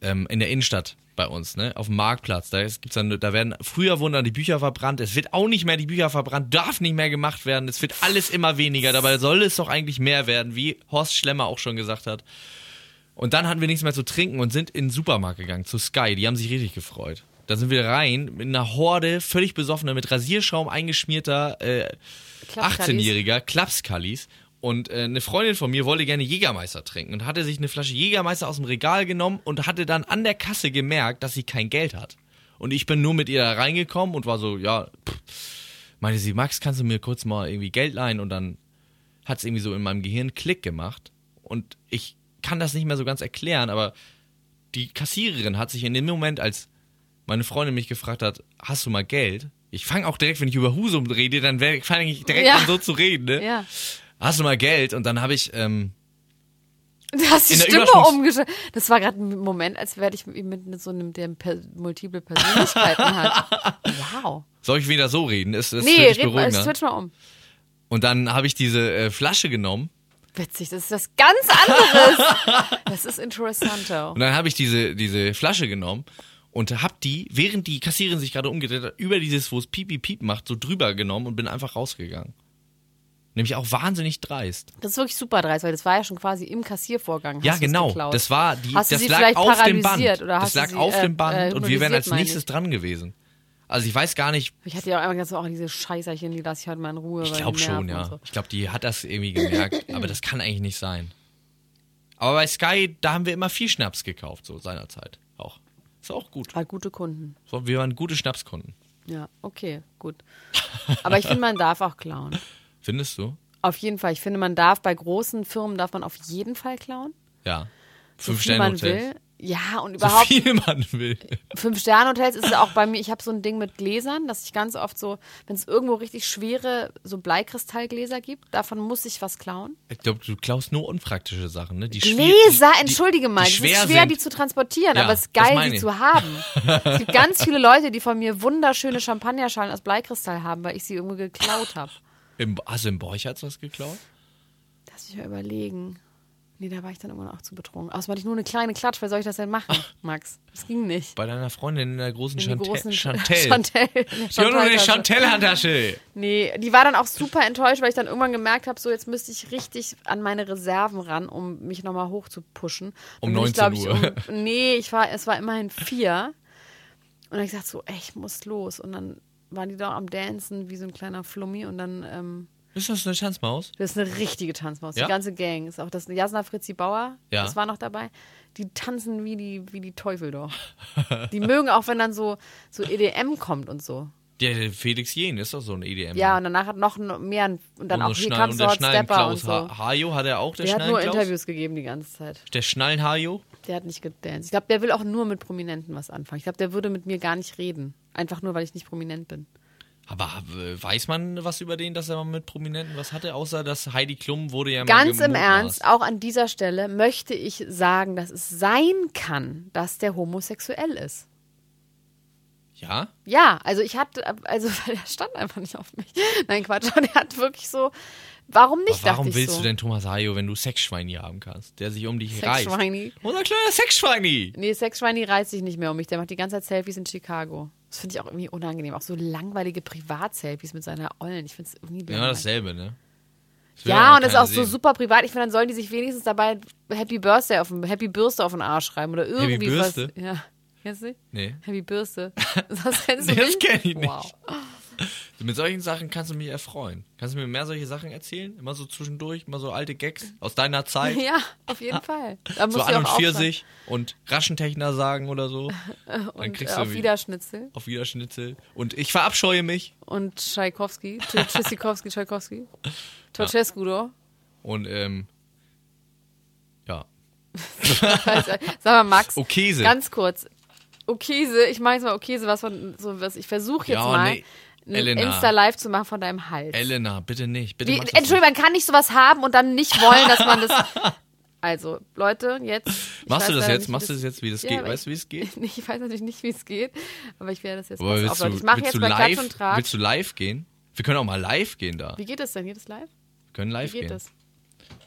Speaker 3: ähm, in der Innenstadt bei uns, ne? Auf dem Marktplatz. Da ist- gibt's dann, da werden früher wurden dann die Bücher verbrannt. Es wird auch nicht mehr die Bücher verbrannt, darf nicht mehr gemacht werden. Es wird alles immer weniger. Dabei soll es doch eigentlich mehr werden, wie Horst Schlemmer auch schon gesagt hat. Und dann hatten wir nichts mehr zu trinken und sind in den Supermarkt gegangen, zu Sky. Die haben sich richtig gefreut. Da sind wir rein mit einer Horde völlig besoffener, mit Rasierschaum eingeschmierter äh,
Speaker 2: Klapskadis.
Speaker 3: 18-jähriger Klapskallis. Und äh, eine Freundin von mir wollte gerne Jägermeister trinken und hatte sich eine Flasche Jägermeister aus dem Regal genommen und hatte dann an der Kasse gemerkt, dass sie kein Geld hat. Und ich bin nur mit ihr da reingekommen und war so, ja, meinte sie, Max, kannst du mir kurz mal irgendwie Geld leihen? Und dann hat es irgendwie so in meinem Gehirn Klick gemacht. Und ich kann das nicht mehr so ganz erklären, aber die Kassiererin hat sich in dem Moment, als meine Freundin mich gefragt hat, hast du mal Geld? Ich fange auch direkt, wenn ich über Husum rede, dann fange ich direkt
Speaker 2: Ja.
Speaker 3: an so zu reden. Ne?
Speaker 2: Ja.
Speaker 3: Hast du mal Geld? Und dann habe ich, ähm,
Speaker 2: Du hast die
Speaker 3: In der
Speaker 2: Stimme
Speaker 3: Überschwungs-
Speaker 2: umgeschaltet. Das war gerade ein Moment, als wäre ich mit so einem, der per multiple Persönlichkeiten hat. Wow.
Speaker 3: soll ich wieder so reden? Ist, ist
Speaker 2: Nee,
Speaker 3: für dich
Speaker 2: red mal,
Speaker 3: beruhigender.
Speaker 2: switch mal um.
Speaker 3: Und dann habe ich diese äh, Flasche genommen
Speaker 2: Witzig, das ist was ganz anderes. Das ist interessanter.
Speaker 3: Und dann habe ich diese, diese Flasche genommen und habe die, während die Kassiererin sich gerade umgedreht hat, über dieses, wo es piep, piep, piep macht, so drüber genommen und bin einfach rausgegangen. Nämlich auch wahnsinnig dreist.
Speaker 2: Das ist wirklich super dreist, weil das war ja schon quasi im Kassiervorgang.
Speaker 3: ja,
Speaker 2: hast du's
Speaker 3: genau.
Speaker 2: geklaut.
Speaker 3: Das war die,
Speaker 2: Hast du
Speaker 3: das
Speaker 2: sie
Speaker 3: lag
Speaker 2: vielleicht
Speaker 3: auf dem Band.
Speaker 2: paralysiert oder
Speaker 3: das
Speaker 2: hast du
Speaker 3: lag
Speaker 2: sie,
Speaker 3: auf
Speaker 2: äh,
Speaker 3: dem Band
Speaker 2: äh,
Speaker 3: und wir wären als
Speaker 2: hypnotisiert,
Speaker 3: nächstes dran gewesen. Also ich weiß gar nicht,
Speaker 2: Ich hatte ja auch einmal gesagt, so, ach, diese Scheißerchen, die lasse ich heute mal in Ruhe.
Speaker 3: ich
Speaker 2: weil die
Speaker 3: glaube schon,
Speaker 2: nerven
Speaker 3: ja.
Speaker 2: und so.
Speaker 3: Ich glaube, die hat das irgendwie gemerkt, aber das kann eigentlich nicht sein. Aber bei Sky, da haben wir immer viel Schnaps gekauft, so seinerzeit auch. Ist auch gut.
Speaker 2: Ah, gute Kunden.
Speaker 3: So, Wir waren gute Schnapskunden.
Speaker 2: Ja, okay, gut. Aber ich finde, man darf auch klauen.
Speaker 3: Findest du?
Speaker 2: Auf jeden Fall. Ich finde, man darf bei großen Firmen darf man auf jeden Fall klauen.
Speaker 3: Ja.
Speaker 2: So
Speaker 3: Fünf
Speaker 2: viel
Speaker 3: Sterne
Speaker 2: man
Speaker 3: Hotels.
Speaker 2: will. Ja, und
Speaker 3: So
Speaker 2: überhaupt
Speaker 3: viel man will.
Speaker 2: Fünf-Sterne-Hotels ist es auch bei mir. Ich habe so ein Ding mit Gläsern, dass ich ganz oft so, wenn es irgendwo richtig schwere, so Bleikristallgläser gibt, davon muss ich was klauen.
Speaker 3: Ich glaube, du klaust nur unpraktische Sachen, ne? Die schwier-
Speaker 2: Gläser,
Speaker 3: die-
Speaker 2: entschuldige mal.
Speaker 3: die
Speaker 2: Es ist
Speaker 3: schwer
Speaker 2: schwer,
Speaker 3: sind.
Speaker 2: die zu transportieren,
Speaker 3: Ja,
Speaker 2: aber es ist
Speaker 3: das
Speaker 2: geil,
Speaker 3: meine
Speaker 2: die
Speaker 3: ich.
Speaker 2: zu haben. Es gibt ganz viele Leute, die von mir wunderschöne Champagnerschalen aus Bleikristall haben, weil ich sie irgendwo geklaut habe.
Speaker 3: Im, hast du im Borchertz was geklaut?
Speaker 2: Lass mich mal überlegen. Nee, da war ich dann immer noch zu betrunken. Außerdem hatte ich nur eine kleine Klatsch. Wer soll ich das denn machen, Max? Das ging nicht.
Speaker 3: Bei deiner Freundin in der großen
Speaker 2: In die
Speaker 3: Chantel.
Speaker 2: großen-
Speaker 3: Chantel.
Speaker 2: Chantel.
Speaker 3: Die hat noch eine
Speaker 2: Chantal-Tasche.
Speaker 3: Chantel-Handtasche.
Speaker 2: Nee, die war dann auch super enttäuscht, weil ich dann irgendwann gemerkt habe, so jetzt müsste ich richtig an meine Reserven ran, um mich nochmal hoch zu pushen. Dann
Speaker 3: Um
Speaker 2: bin ich,
Speaker 3: 19
Speaker 2: glaub ich,
Speaker 3: Uhr.
Speaker 2: Um, nee, ich war, es war immerhin vier. Und dann hab ich gesagt so, ey, ich muss los. Und dann waren die da am Dancen wie so ein kleiner Flummi und dann, ähm,
Speaker 3: Ist das eine Tanzmaus?
Speaker 2: das ist eine richtige Tanzmaus.
Speaker 3: Ja?
Speaker 2: Die ganze Gang ist auch das. Jasna Fritzi Bauer,
Speaker 3: Ja.
Speaker 2: das war noch dabei. Die tanzen wie die, wie die Teufel doch. Die mögen auch, wenn dann so, so EDM kommt und so.
Speaker 3: Der Felix Jen ist doch so ein E EDM.
Speaker 2: Ja, und danach hat noch ein- mehr ein- und dann auch hier kam so Hot Stepper und
Speaker 3: Klaus
Speaker 2: so.
Speaker 3: Ha- Hajo hat er auch, der
Speaker 2: Der hat nur
Speaker 3: Schnallen Klaus?
Speaker 2: Interviews gegeben die ganze Zeit.
Speaker 3: Der Schnallen Hajo?
Speaker 2: Der hat nicht gedanced. Ich glaube, der will auch nur mit Prominenten was anfangen. Ich glaube, der würde mit mir gar nicht reden. Einfach nur, weil ich nicht prominent bin.
Speaker 3: Aber äh, weiß man was über den, dass er mal mit Prominenten was hatte? Außer, dass Heidi Klum wurde ja mal
Speaker 2: Ganz im
Speaker 3: gemutmaßt.
Speaker 2: Ernst, auch an dieser Stelle möchte ich sagen, dass es sein kann, dass der homosexuell ist.
Speaker 3: Ja?
Speaker 2: Ja, also ich hatte, also weil er stand einfach nicht auf mich. Nein, Quatsch, aber der hat wirklich so, warum nicht,
Speaker 3: Aber warum
Speaker 2: dachte ich
Speaker 3: willst
Speaker 2: so.
Speaker 3: du denn Thomas Hajo, wenn du Sexschweini haben kannst, der sich um dich reißt?
Speaker 2: Sexschweini.
Speaker 3: Unser kleiner Sexschweini!
Speaker 2: Nee, Sexschweini reißt sich nicht mehr um mich, der macht die ganze Zeit Selfies in Chicago. Das finde ich auch irgendwie unangenehm, auch so langweilige Privat-Selfies mit seiner Ollen, ich finde es irgendwie
Speaker 3: Ja,
Speaker 2: langweilig.
Speaker 3: dasselbe, ne? Das will
Speaker 2: Ja,
Speaker 3: auch
Speaker 2: und das ist
Speaker 3: keiner
Speaker 2: auch so
Speaker 3: sehen.
Speaker 2: super privat. Ich finde, dann sollen die sich wenigstens dabei Happy Birthday auf den, Happy Bürste auf den Arsch schreiben oder irgendwie
Speaker 3: Bürste?
Speaker 2: was. Ja. Kennst du nicht?
Speaker 3: Nee.
Speaker 2: Happy Bürste. Das kennst du
Speaker 3: Nee, das
Speaker 2: nicht?
Speaker 3: kenn ich nicht.
Speaker 2: Wow.
Speaker 3: Mit solchen Sachen kannst du mich erfreuen. Kannst du mir mehr solche Sachen erzählen? Immer so zwischendurch, immer so alte Gags aus deiner Zeit.
Speaker 2: Ja, auf jeden Fall. Da musst
Speaker 3: so
Speaker 2: du
Speaker 3: an und
Speaker 2: auch aufpassen.
Speaker 3: 40 und Raschentechner sagen oder so. Dann
Speaker 2: und äh,
Speaker 3: kriegst du
Speaker 2: auf
Speaker 3: wieder
Speaker 2: Wiederschnitzel
Speaker 3: auf Wiederschnitzel. Und ich verabscheue mich
Speaker 2: und Tschaikowski, Tsch- Tschüssikowski, Tschaikowski, Ceausescu, ja.
Speaker 3: und ähm, ja.
Speaker 2: Sag mal, Max,
Speaker 3: Okese.
Speaker 2: ganz kurz. Okese, ich mache jetzt mal Okese, was von so was. Ich versuche jetzt
Speaker 3: Ja,
Speaker 2: mal
Speaker 3: nee.
Speaker 2: ein
Speaker 3: Elena.
Speaker 2: Insta-Live zu machen von deinem Hals.
Speaker 3: Elena, bitte nicht. Bitte
Speaker 2: Wie,
Speaker 3: mach das
Speaker 2: Entschuldigung, man kann nicht sowas haben und dann nicht wollen, dass man das. Also, Leute, jetzt. ich
Speaker 3: nicht.
Speaker 2: weiß
Speaker 3: Machst du das
Speaker 2: leider
Speaker 3: jetzt?
Speaker 2: nicht,
Speaker 3: Machst du das jetzt, wie das
Speaker 2: Ja,
Speaker 3: geht?
Speaker 2: aber
Speaker 3: Weißt du, wie
Speaker 2: ich-
Speaker 3: es geht?
Speaker 2: Ich weiß natürlich nicht, wie es geht, aber ich werde das jetzt
Speaker 3: Aber
Speaker 2: pass
Speaker 3: willst
Speaker 2: auf, Leute.
Speaker 3: du,
Speaker 2: Ich mache
Speaker 3: willst
Speaker 2: jetzt
Speaker 3: du
Speaker 2: mal Klatsch
Speaker 3: live?
Speaker 2: und Trag.
Speaker 3: Willst du live gehen? Wir können auch mal live gehen da. Wir
Speaker 2: Wie geht das denn? Geht das live? Wie
Speaker 3: können live
Speaker 2: geht
Speaker 3: gehen.
Speaker 2: das?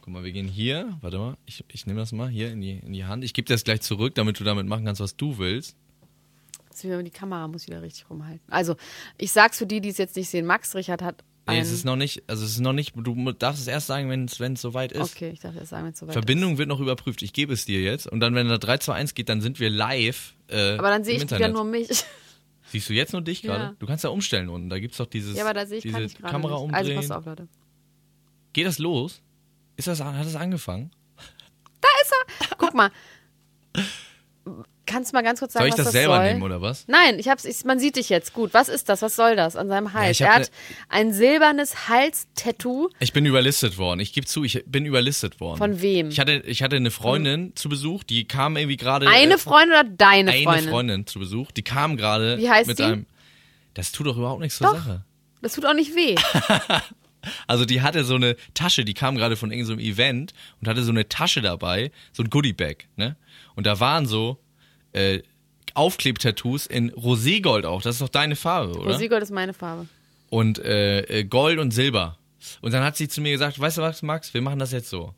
Speaker 3: Guck mal, wir gehen hier. Warte mal, ich, ich nehme das mal hier in die, in die Hand. Ich gebe dir das gleich zurück, damit du damit machen kannst, was du willst.
Speaker 2: Das ist wieder, die Kamera muss wieder richtig rumhalten. Also, ich sag's für die, die es jetzt nicht sehen. Max Richard hat
Speaker 3: Nee,
Speaker 2: ein...
Speaker 3: es ist noch nicht, also es ist noch nicht, du mu- darfst es erst sagen, wenn es wenn es soweit ist.
Speaker 2: Okay, ich dachte, das sagen wir jetzt soweit.
Speaker 3: Verbindung wird noch überprüft. Ich gebe es dir jetzt. Und dann, wenn da 3, 2, 1 geht, dann sind wir live. Äh,
Speaker 2: Aber dann sehe ich
Speaker 3: im
Speaker 2: wieder
Speaker 3: Internet.
Speaker 2: nur mich.
Speaker 3: Siehst du jetzt nur dich gerade?
Speaker 2: Ja.
Speaker 3: Du kannst ja umstellen unten. Da gibt es doch dieses.
Speaker 2: Ja, aber da sehe ich,
Speaker 3: diese
Speaker 2: kann ich gerade
Speaker 3: Kamera
Speaker 2: nicht.
Speaker 3: umdrehen.
Speaker 2: Also, pass auf, Leute.
Speaker 3: Geht das los? Ist das, an- hat das angefangen?
Speaker 2: Guck mal. Kannst du mal ganz kurz sagen,
Speaker 3: Soll ich
Speaker 2: was
Speaker 3: das
Speaker 2: das
Speaker 3: selber
Speaker 2: soll?
Speaker 3: nehmen, oder was?
Speaker 2: Nein, ich hab's, ich, man sieht dich jetzt. Gut, was ist das? Was soll das an seinem Hals?
Speaker 3: ich hab ne-
Speaker 2: er
Speaker 3: Äh,
Speaker 2: hat ein silbernes Halstattoo.
Speaker 3: Ich bin überlistet worden. Ich gebe zu, ich bin überlistet worden.
Speaker 2: Von wem? Hm.
Speaker 3: Ich hatte, ich hatte eine Freundin zu Besuch, die kam irgendwie gerade.
Speaker 2: Eine
Speaker 3: äh,
Speaker 2: Freundin oder deine
Speaker 3: eine
Speaker 2: Freundin?
Speaker 3: Freundin zu Besuch, die kam gerade
Speaker 2: Wie heißt
Speaker 3: mit
Speaker 2: die?
Speaker 3: einem. Das tut doch überhaupt nichts zur
Speaker 2: Doch.
Speaker 3: Sache.
Speaker 2: Das tut auch nicht weh.
Speaker 3: Also die hatte so eine Tasche, die kam gerade von irgendeinem Event und hatte so eine Tasche dabei, so ein Goodiebag, ne? Und da waren so äh, Aufklebtattoos in Roségold auch. Das ist doch deine Farbe, oder?
Speaker 2: Roségold ist meine Farbe.
Speaker 3: und äh, äh, Gold und Silber. Und dann hat sie zu mir gesagt, weißt du was, Max, wir machen das jetzt so.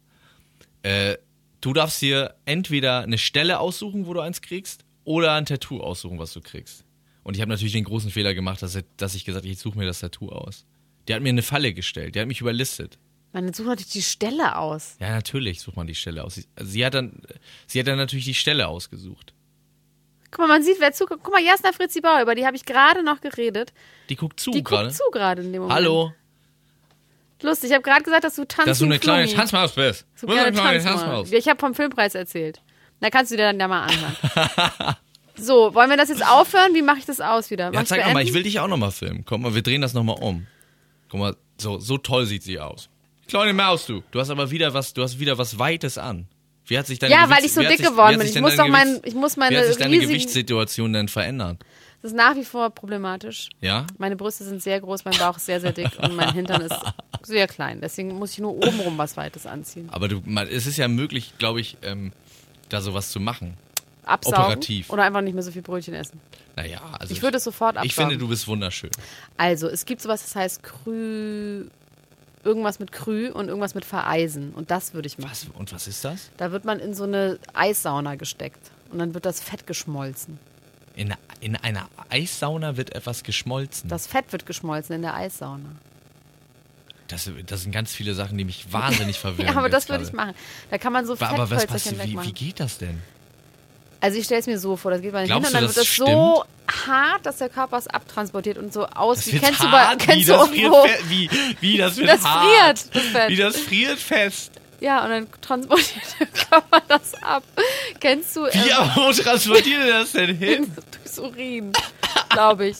Speaker 3: Äh, du darfst hier entweder eine Stelle aussuchen, wo du eins kriegst, oder ein Tattoo aussuchen, was du kriegst. Und ich habe natürlich den großen Fehler gemacht, dass, dass ich gesagt habe, ich suche mir das Tattoo aus. Die hat mir eine Falle gestellt, die hat mich überlistet.
Speaker 2: Man sucht natürlich die Stelle aus.
Speaker 3: Ja, also natürlich sucht man die Stelle aus. Sie, sie, hat, dann, sie hat dann natürlich die Stelle ausgesucht.
Speaker 2: Guck mal, man sieht, wer zuguckt. Guck mal, Jasna Fritzi Bauer, über die habe ich gerade noch geredet.
Speaker 3: Die guckt zu
Speaker 2: Die
Speaker 3: Hm, gerade.
Speaker 2: guckt zu gerade in dem Moment.
Speaker 3: Hallo,
Speaker 2: Lustig, ich habe gerade gesagt, dass du tanzt.
Speaker 3: dass du eine kleine Tanzmaus bist.
Speaker 2: So
Speaker 3: Du bist
Speaker 2: kleine
Speaker 3: eine kleine
Speaker 2: Tanzmaus.
Speaker 3: Tanzmaus.
Speaker 2: Ja, Ich habe vom Filmpreis erzählt. Da kannst du dir dann ja mal anhören. so, wollen wir das jetzt aufhören? Wie mache ich das aus wieder? Mach
Speaker 3: Ja, zeig doch mal, ich
Speaker 2: beenden?
Speaker 3: will dich auch nochmal filmen. Komm mal, wir drehen das nochmal um. Guck mal, so, so toll sieht sie aus. Kleine Maus, du. Du hast aber wieder was, du hast wieder was Weites an. Wie hat sich deine
Speaker 2: Ja, weil
Speaker 3: Gewichts-
Speaker 2: ich so
Speaker 3: wie hat
Speaker 2: dick
Speaker 3: sich-
Speaker 2: geworden
Speaker 3: wie
Speaker 2: bin.
Speaker 3: hat sich
Speaker 2: Ich
Speaker 3: denn
Speaker 2: muss
Speaker 3: dein
Speaker 2: doch mein-
Speaker 3: Gewichts-
Speaker 2: ich muss
Speaker 3: Wie
Speaker 2: meine
Speaker 3: hat sich deine
Speaker 2: riesigen-
Speaker 3: Gewichtssituation denn verändert?
Speaker 2: Das ist nach wie vor problematisch.
Speaker 3: Ja?
Speaker 2: Meine Brüste sind sehr groß, mein Bauch ist sehr, sehr dick und mein Hintern ist sehr klein. Deswegen muss ich nur obenrum was Weites anziehen.
Speaker 3: Aber du, man, es ist ja möglich, glaube ich, ähm, da sowas zu machen.
Speaker 2: Absaugen
Speaker 3: Operativ.
Speaker 2: oder einfach nicht mehr so viel Brötchen essen.
Speaker 3: Naja, also.
Speaker 2: Ich würde es sofort
Speaker 3: Ich finde,
Speaker 2: absaugen.
Speaker 3: du bist wunderschön.
Speaker 2: Also, es gibt sowas, das heißt Krü... Irgendwas mit Krü und irgendwas mit Vereisen. Und das würde ich machen.
Speaker 3: Was? Und was ist das?
Speaker 2: Da wird man in so eine Eissauna gesteckt. Und dann wird das Fett geschmolzen.
Speaker 3: In, in einer Eissauna wird etwas geschmolzen.
Speaker 2: Das Fett wird geschmolzen in der Eissauna.
Speaker 3: Das, das sind ganz viele Sachen, die mich wahnsinnig verwirren.
Speaker 2: Ja, aber
Speaker 3: jetzt
Speaker 2: das würde
Speaker 3: gerade.
Speaker 2: ich machen. Da kann man so
Speaker 3: Aber, aber was
Speaker 2: Fettpölzerchen
Speaker 3: passiert? Wie, wie
Speaker 2: wegmachen.
Speaker 3: geht das denn?
Speaker 2: Also ich stelle es mir so vor, das geht man hin und
Speaker 3: Glaubst
Speaker 2: dann
Speaker 3: du,
Speaker 2: wird
Speaker 3: das
Speaker 2: das so hart, dass der Körper es abtransportiert und so aus.
Speaker 3: Das
Speaker 2: Wie
Speaker 3: wird
Speaker 2: kennst
Speaker 3: hart,
Speaker 2: du bei, kennst
Speaker 3: wie,
Speaker 2: du
Speaker 3: das friert,
Speaker 2: irgendwo?
Speaker 3: fe- wie, wie das wird
Speaker 2: Das
Speaker 3: hart.
Speaker 2: friert, das Fett.
Speaker 3: Wie das friert fest.
Speaker 2: Ja, und dann transportiert der Körper das ab. Kennst du
Speaker 3: Wie,
Speaker 2: ähm,
Speaker 3: aber wo transportiert ihr das denn hin?
Speaker 2: durchs Urin, glaube ich.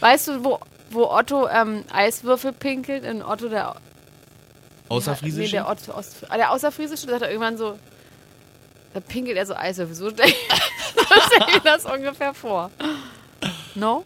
Speaker 2: Weißt du, wo, wo Otto ähm, Eiswürfel pinkelt? In Otto der Nee,
Speaker 3: Außerfriesisch?
Speaker 2: der, Otto Ost, ah, der Außerfriesische, da sagt er irgendwann so, da pinkelt er so Eiswürfel. So stelle ich mir das ungefähr vor. No?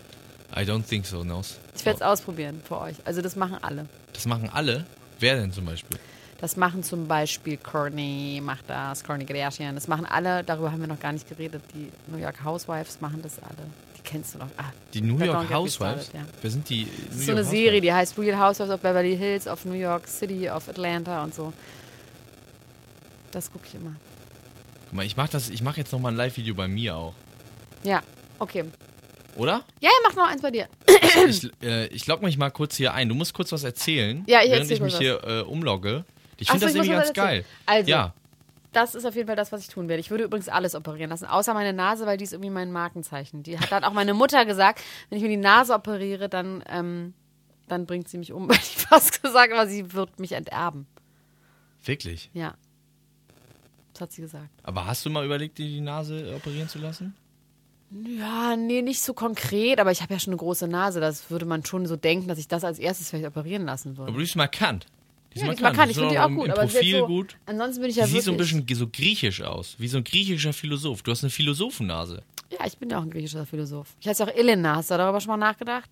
Speaker 3: I don't think so, no.
Speaker 2: Ich werde es ausprobieren für euch. Also das machen alle.
Speaker 3: Das machen alle. Wer denn zum Beispiel?
Speaker 2: Das machen zum Beispiel Courtney, macht das, Courtney Kardashian. Das machen alle, darüber haben wir noch gar nicht geredet. Die New York Housewives machen das alle. Die kennst du noch. Ah,
Speaker 3: Die New
Speaker 2: Don't
Speaker 3: York
Speaker 2: get me
Speaker 3: Housewives?
Speaker 2: started, ja.
Speaker 3: Wer sind die?
Speaker 2: Das ist so eine Serie, die heißt Real Housewives of Beverly Hills, of New York City, of Atlanta und so. Das gucke ich immer.
Speaker 3: Guck mal, ich mach, das, ich mach jetzt nochmal ein Live-Video bei mir auch.
Speaker 2: Ja, okay.
Speaker 3: Oder?
Speaker 2: Ja, ja, mach noch eins bei dir.
Speaker 3: ich äh, ich logge mich mal kurz hier ein. Du musst kurz was erzählen,
Speaker 2: Ja, ich
Speaker 3: während ich
Speaker 2: erzähl
Speaker 3: mich
Speaker 2: kurz
Speaker 3: hier äh, umlogge. Ich
Speaker 2: Ach
Speaker 3: finde
Speaker 2: so,
Speaker 3: das
Speaker 2: ich muss
Speaker 3: irgendwie
Speaker 2: noch
Speaker 3: ganz
Speaker 2: was erzählen.
Speaker 3: geil.
Speaker 2: Also,
Speaker 3: ja,
Speaker 2: Das ist auf jeden Fall das, was ich tun werde. Ich würde übrigens alles operieren lassen, außer meine Nase, weil die ist irgendwie mein Markenzeichen. Die hat dann auch meine Mutter gesagt, wenn ich mir die Nase operiere, dann, ähm, dann bringt sie mich um, weil ich fast gesagt aber sie wird mich enterben.
Speaker 3: wirklich.
Speaker 2: Ja. Das hat sie gesagt.
Speaker 3: Aber hast du mal überlegt, dir die Nase operieren zu lassen?
Speaker 2: Ja, nee, nicht so konkret, aber ich habe ja schon eine große Nase. Das würde man schon so denken, dass ich das als erstes vielleicht operieren lassen würde.
Speaker 3: Aber die ist markant. Die ist
Speaker 2: Ja, die ist
Speaker 3: markant.
Speaker 2: markant.
Speaker 3: Die
Speaker 2: Ich
Speaker 3: ist
Speaker 2: finde die
Speaker 3: auch
Speaker 2: auch
Speaker 3: im-
Speaker 2: gut.
Speaker 3: Im
Speaker 2: Aber es ist
Speaker 3: Profil
Speaker 2: jetzt so,
Speaker 3: gut.
Speaker 2: Ansonsten bin ich
Speaker 3: Die
Speaker 2: ja
Speaker 3: sieht
Speaker 2: wirklich.
Speaker 3: so ein bisschen so griechisch aus, wie so ein griechischer Philosoph. Du hast eine Philosophennase.
Speaker 2: ja, ich bin ja auch ein griechischer Philosoph. Ich heiße ja auch Elena. Hast du darüber schon mal nachgedacht?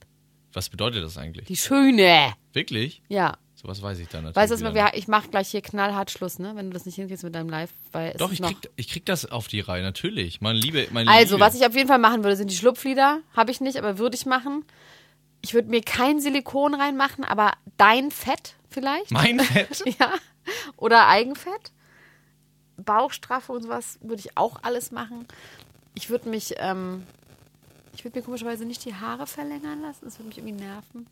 Speaker 3: Was bedeutet das eigentlich?
Speaker 2: Die Schöne.
Speaker 3: Wirklich?
Speaker 2: Ja.
Speaker 3: Sowas weiß ich dann natürlich.
Speaker 2: Weißt du, was
Speaker 3: wieder
Speaker 2: wir- wir- ich mache gleich hier knallhart Schluss, ne? Wenn du das nicht hinkriegst mit deinem Live, weil es
Speaker 3: nicht. Doch,
Speaker 2: ist
Speaker 3: ich
Speaker 2: noch.
Speaker 3: krieg, ich krieg das auf die Reihe, natürlich. Meine Liebe, meine
Speaker 2: also,
Speaker 3: Liebe.
Speaker 2: was ich auf jeden Fall machen würde, sind die Schlupflieder. Habe ich nicht, aber würde ich machen. Ich würde mir kein Silikon reinmachen, aber dein Fett vielleicht.
Speaker 3: Mein Fett?
Speaker 2: Ja. Oder Eigenfett. Bauchstraffe und sowas würde ich auch alles machen. Ich würde mich, ähm, ich würde mir komischerweise nicht die Haare verlängern lassen. Das würde mich irgendwie nerven.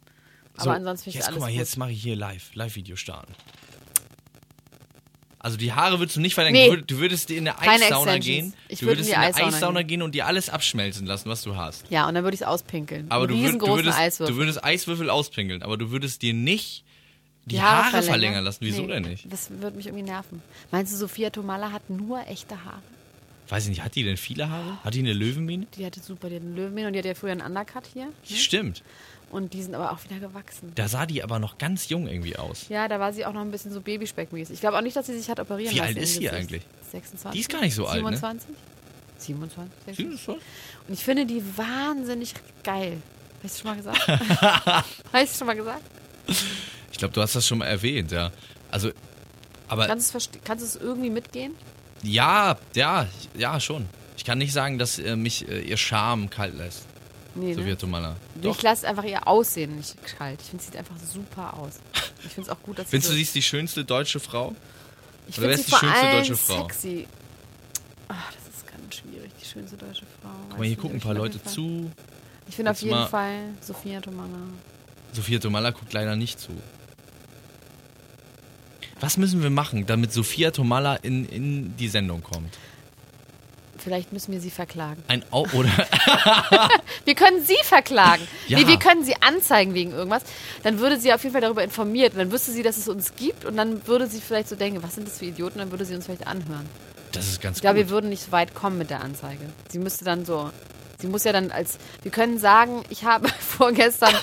Speaker 2: Aber
Speaker 3: So,
Speaker 2: ansonsten finde ich
Speaker 3: jetzt
Speaker 2: das alles
Speaker 3: guck mal,
Speaker 2: gut.
Speaker 3: jetzt mache ich hier live, Live-Video starten. Also die Haare würdest du nicht verlängern.
Speaker 2: Nee.
Speaker 3: Du, würd- du würdest in eine
Speaker 2: Keine
Speaker 3: Eissauna
Speaker 2: Extensions.
Speaker 3: gehen.
Speaker 2: Ich
Speaker 3: du
Speaker 2: würd in
Speaker 3: würdest
Speaker 2: die
Speaker 3: in eine
Speaker 2: Eissauna
Speaker 3: Eissauna, gehen. und dir alles abschmelzen lassen, was du hast.
Speaker 2: Ja, und dann würde ich es auspinkeln.
Speaker 3: Aber
Speaker 2: Mit
Speaker 3: du, würd, du,
Speaker 2: riesengroßen
Speaker 3: würdest,
Speaker 2: Eiswürfeln.
Speaker 3: du würdest Eiswürfel auspinkeln, aber du würdest dir nicht die, Haare, verlängern. lassen. Wieso
Speaker 2: Nee,
Speaker 3: denn nicht?
Speaker 2: Das würde mich irgendwie nerven. Meinst du, Sophia Tomala hat nur echte Haare?
Speaker 3: Weiß ich nicht, hat die denn viele Haare? Hat die eine Löwenmähne?
Speaker 2: Die hatte super, die hat einen Löwenmähen und die hat ja früher einen Undercut hier. ne?
Speaker 3: Stimmt.
Speaker 2: Und die sind aber auch wieder gewachsen.
Speaker 3: Da sah die aber noch ganz jung irgendwie aus.
Speaker 2: Ja, da war sie auch noch ein bisschen so Babyspeckmäßig. Ich glaube auch nicht, dass sie sich hat operieren
Speaker 3: Wie
Speaker 2: lassen.
Speaker 3: alt
Speaker 2: im
Speaker 3: ist sie
Speaker 2: Gesicht.
Speaker 3: eigentlich?
Speaker 2: 26.
Speaker 3: Die ist gar nicht so alt, ne?
Speaker 2: 27? alt, 27? 26?
Speaker 3: Siehst du das?
Speaker 2: Und ich finde die wahnsinnig geil. Hast du das schon mal gesagt? Hast du das schon mal gesagt?
Speaker 3: Ich glaube, du hast das schon mal erwähnt, ja. Also, aber
Speaker 2: Kannst du es verste- kannst du es irgendwie mitgehen?
Speaker 3: Ja, ja, ja, schon. Ich kann nicht sagen, dass äh, mich äh, ihr Charme kalt lässt,
Speaker 2: Nee, ne?
Speaker 3: Sophia Tomala. Doch.
Speaker 2: Ich lasse einfach ihr Aussehen nicht kalt. Ich finde, sie sieht einfach super aus. Ich finde es auch gut, dass
Speaker 3: Findest du,
Speaker 2: so-
Speaker 3: sie ist die schönste deutsche Frau?
Speaker 2: ich
Speaker 3: oder
Speaker 2: find
Speaker 3: wer
Speaker 2: sie
Speaker 3: ist die
Speaker 2: vor
Speaker 3: schönste
Speaker 2: allem
Speaker 3: deutsche Frau?
Speaker 2: Sexy. Ach, das ist ganz schwierig, die schönste deutsche Frau.
Speaker 3: Guck mal, hier gucken ein paar Leute zu.
Speaker 2: Ich finde auf
Speaker 3: Jetzt
Speaker 2: jeden
Speaker 3: mal-
Speaker 2: Fall Sophia Tomala.
Speaker 3: Sophia Tomala guckt leider nicht zu. Was müssen wir machen, damit Sophia Tomala in, in die Sendung kommt?
Speaker 2: Vielleicht müssen wir sie verklagen.
Speaker 3: Ein Au oder
Speaker 2: Wir können sie verklagen.
Speaker 3: Ja.
Speaker 2: Nee, wir können sie anzeigen wegen irgendwas. Dann würde sie auf jeden Fall darüber informiert. Und dann wüsste sie, dass es uns gibt. Und dann würde sie vielleicht so denken, was sind das für Idioten? Dann würde sie uns vielleicht anhören.
Speaker 3: das ist ganz
Speaker 2: Ich glaube,
Speaker 3: gut.
Speaker 2: wir würden nicht weit kommen mit der Anzeige. Sie müsste dann so, sie muss ja dann als, wir können sagen, ich habe vorgestern,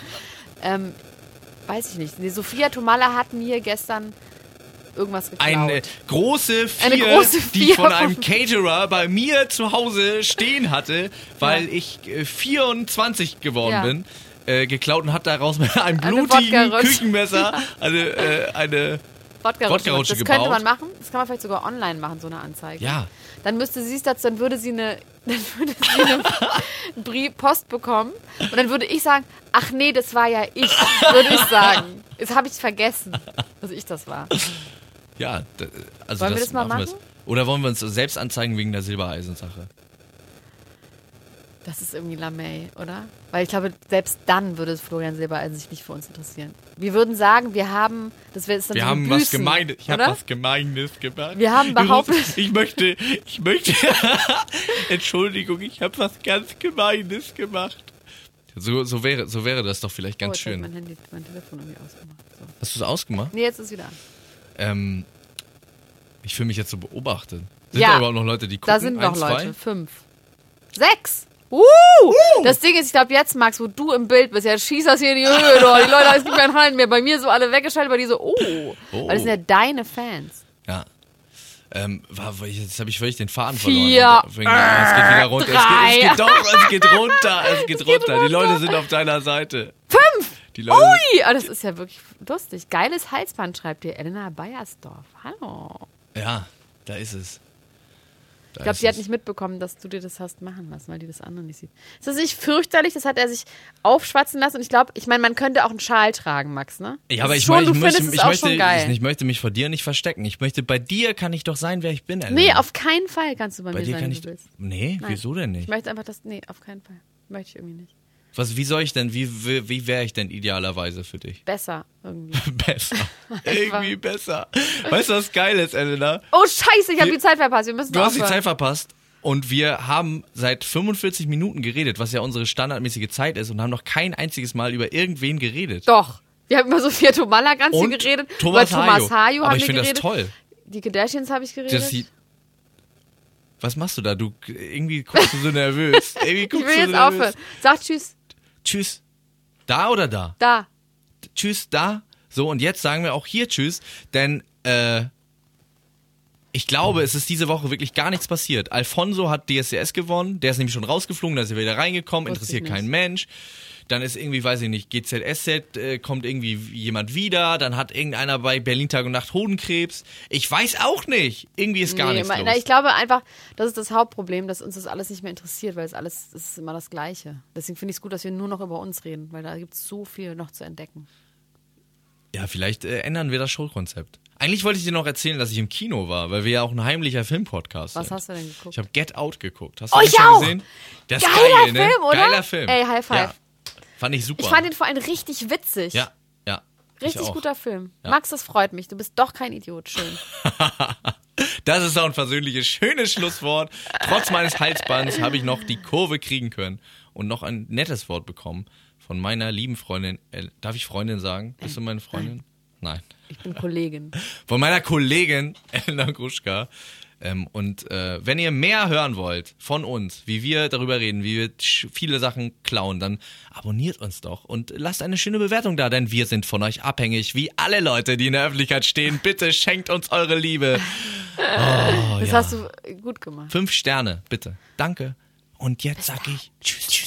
Speaker 2: ähm, weiß ich nicht, nee, Sophia Tomala hat mir gestern irgendwas geklaut.
Speaker 3: Eine große Vier,
Speaker 2: Eine große
Speaker 3: die
Speaker 2: Vier
Speaker 3: von einem
Speaker 2: vom-
Speaker 3: Caterer bei mir zu Hause stehen hatte, weil ich äh, 24 geworden
Speaker 2: Ja.
Speaker 3: bin, äh, geklaut und hat daraus mit einem
Speaker 2: Eine
Speaker 3: blutigen
Speaker 2: Wodka-Rutsche.
Speaker 3: Küchenmesser eine, äh, eine,
Speaker 2: Wodka-Rutsche.
Speaker 3: Wodka-Rutsche
Speaker 2: das könnte
Speaker 3: gebaut.
Speaker 2: man machen. Das kann man vielleicht sogar online machen, so eine Anzeige.
Speaker 3: ja,
Speaker 2: Dann müsste sie es dazu, dann würde sie eine, dann würde sie eine Brief, Post bekommen. Und dann würde ich sagen, ach nee, das war ja ich, würde ich sagen. Das habe ich vergessen, dass ich das war.
Speaker 3: ja. d- Also
Speaker 2: Wollen wir
Speaker 3: das
Speaker 2: das mal
Speaker 3: machen wir
Speaker 2: machen?
Speaker 3: es. Oder wollen wir uns selbst anzeigen wegen der Silbereisensache?
Speaker 2: Das ist irgendwie Lamey, oder? Weil ich glaube, selbst dann würde Florian Silbereisen sich nicht für uns interessieren. Wir würden sagen, wir haben, das wäre es dann
Speaker 3: Wir
Speaker 2: so
Speaker 3: haben
Speaker 2: gebüßen,
Speaker 3: was Gemeines. Ich habe
Speaker 2: oder?
Speaker 3: was Gemeines gemacht.
Speaker 2: Wir haben behauptet-
Speaker 3: Ich möchte, ich möchte. Entschuldigung, ich habe was ganz Gemeines gemacht. So, so, wäre, so wäre das doch vielleicht ganz
Speaker 2: oh, jetzt hab ich Mein,
Speaker 3: schön.
Speaker 2: Handy, mein Telefon irgendwie ausgemacht. So.
Speaker 3: Hast du es ausgemacht?
Speaker 2: Nee, jetzt ist wieder an.
Speaker 3: Ähm, ich fühle mich jetzt so beobachtet. Sind
Speaker 2: Ja.
Speaker 3: da überhaupt noch Leute, die gucken?
Speaker 2: Da sind noch
Speaker 3: Eins,
Speaker 2: Leute.
Speaker 3: Zwei?
Speaker 2: Fünf. Sechs. Uh! Das Ding ist, ich glaube jetzt, Max, wo du im Bild bist, ja, schieß das hier in die Höhe, doch. Die Leute, es gibt keinen Hallen mehr. Bei mir so alle weggeschaltet, bei dir so, oh.
Speaker 3: Oh.
Speaker 2: Weil das sind ja deine Fans.
Speaker 3: Ja. Ähm, war, war ich- jetzt habe ich völlig den Faden
Speaker 2: Vier.
Speaker 3: verloren. Also, Wegen- Es geht wieder runter. Es geht, es geht doch, es geht runter. Es geht runter. Die Leute sind auf deiner Seite. Fünf. Die Leute sind-
Speaker 2: Ui, aber das ist ja wirklich lustig. Geiles Halsband, schreibt dir Elena Beiersdorf. Hallo.
Speaker 3: Ja, da ist es. Da
Speaker 2: Ich glaube,
Speaker 3: ist
Speaker 2: sie hat
Speaker 3: es.
Speaker 2: nicht mitbekommen, dass du dir das hast machen lassen, weil die das andere nicht sieht. Ist das nicht fürchterlich? Das hat er sich aufschwatzen lassen. Und ich glaube, ich meine, man könnte auch einen Schal tragen, Max, ne?
Speaker 3: Ja, aber
Speaker 2: Das
Speaker 3: ich,
Speaker 2: ist schon,
Speaker 3: möchte-
Speaker 2: du
Speaker 3: ich, möchte,
Speaker 2: findest es
Speaker 3: ich,
Speaker 2: auch
Speaker 3: möchte,
Speaker 2: schon geil.
Speaker 3: ich, ich möchte mich vor dir nicht verstecken. Ich möchte bei dir kann ich doch sein, wer ich bin. Elena.
Speaker 2: nee, auf keinen Fall kannst du bei,
Speaker 3: Ähm, bei
Speaker 2: mir
Speaker 3: dir
Speaker 2: sein,
Speaker 3: kann
Speaker 2: wenn
Speaker 3: ich.
Speaker 2: du willst.
Speaker 3: Nee,
Speaker 2: Nein.
Speaker 3: wieso denn
Speaker 2: Ich
Speaker 3: nicht?
Speaker 2: möchte einfach das. Nee, auf keinen Fall. Möchte ich irgendwie nicht.
Speaker 3: Was, wie soll ich denn? Wie, wie, wie wäre ich denn idealerweise für dich?
Speaker 2: Besser irgendwie.
Speaker 3: Besser. Irgendwie besser. Weißt du, was geil ist, Elena?
Speaker 2: Oh, scheiße, ich habe
Speaker 3: Wir-
Speaker 2: die Zeit verpasst. Wir müssen
Speaker 3: Du hast die
Speaker 2: aufhören.
Speaker 3: Zeit verpasst und wir haben seit 45 Minuten geredet, was ja unsere standardmäßige Zeit ist und haben noch kein einziges Mal über irgendwen geredet.
Speaker 2: Doch. Wir haben über Sophia Tomala ganz
Speaker 3: Und
Speaker 2: viel geredet.
Speaker 3: Thomas
Speaker 2: über Thomas
Speaker 3: Hayo.
Speaker 2: Hayo
Speaker 3: Aber
Speaker 2: haben
Speaker 3: ich
Speaker 2: wir
Speaker 3: finde das
Speaker 2: geredet.
Speaker 3: toll.
Speaker 2: Die Kardashians habe ich geredet.
Speaker 3: Das sieht. Was machst du da? Du irgendwie guckst du so nervös. Irgendwie
Speaker 2: ich
Speaker 3: guckst
Speaker 2: will
Speaker 3: du
Speaker 2: jetzt
Speaker 3: so nervös.
Speaker 2: aufhören. Sag Tschüss.
Speaker 3: Tschüss. Da oder da?
Speaker 2: Da.
Speaker 3: Tschüss, da. So, und jetzt sagen wir auch hier Tschüss, denn äh, ich glaube, es ist diese Woche wirklich gar nichts passiert. Alfonso hat DSCS gewonnen, der ist nämlich schon rausgeflogen, da ist er wieder reingekommen,
Speaker 2: Wusste ich
Speaker 3: interessiert kein
Speaker 2: nicht.
Speaker 3: Mensch. Dann ist irgendwie, weiß ich nicht, GZSZ, äh, kommt irgendwie jemand wieder, dann hat irgendeiner bei Berlin Tag und Nacht Hodenkrebs. Ich weiß auch nicht. Irgendwie ist gar
Speaker 2: Nee,
Speaker 3: nichts
Speaker 2: ma-
Speaker 3: los.
Speaker 2: Na, ich glaube einfach, das ist das Hauptproblem, dass uns das alles nicht mehr interessiert, weil es alles es ist immer das Gleiche. Deswegen finde ich es gut, dass wir nur noch über uns reden, weil da gibt es so viel noch zu entdecken.
Speaker 3: Ja, vielleicht äh, ändern wir das Showkonzept. Eigentlich wollte ich dir noch erzählen, dass ich im Kino war, weil wir ja auch ein heimlicher Filmpodcast
Speaker 2: Was
Speaker 3: sind.
Speaker 2: hast du denn geguckt?
Speaker 3: Ich habe Get Out geguckt. Hast du
Speaker 2: Oh,
Speaker 3: das
Speaker 2: ich
Speaker 3: schon
Speaker 2: auch!
Speaker 3: gesehen? Das
Speaker 2: Geiler
Speaker 3: geil, ne?
Speaker 2: Film, oder?
Speaker 3: Geiler Film.
Speaker 2: Ey, High Five.
Speaker 3: Ja, fand ich super.
Speaker 2: Ich fand den vor allem richtig witzig.
Speaker 3: ja, ja. ich
Speaker 2: Richtig
Speaker 3: auch.
Speaker 2: guter Film. Max, das freut mich. Du bist doch kein Idiot. Schön.
Speaker 3: Das ist auch ein versöhnliches, schönes Schlusswort. Trotz meines Halsbands habe ich noch die Kurve kriegen können und noch ein nettes Wort bekommen von meiner lieben Freundin. El Darf ich Freundin sagen? Bist du meine Freundin? Nein.
Speaker 2: Ich bin Kollegin.
Speaker 3: von meiner Kollegin Elena Gruschka. Ähm, und äh, wenn ihr mehr hören wollt von uns, wie wir darüber reden, wie wir sch- viele Sachen klauen, dann abonniert uns doch und lasst eine schöne Bewertung da, denn wir sind von euch abhängig, wie alle Leute, die in der Öffentlichkeit stehen. Bitte schenkt uns eure Liebe. Oh
Speaker 2: das hast du gut gemacht.
Speaker 3: Fünf Sterne, bitte. Danke. Und jetzt sag ich Tschüss.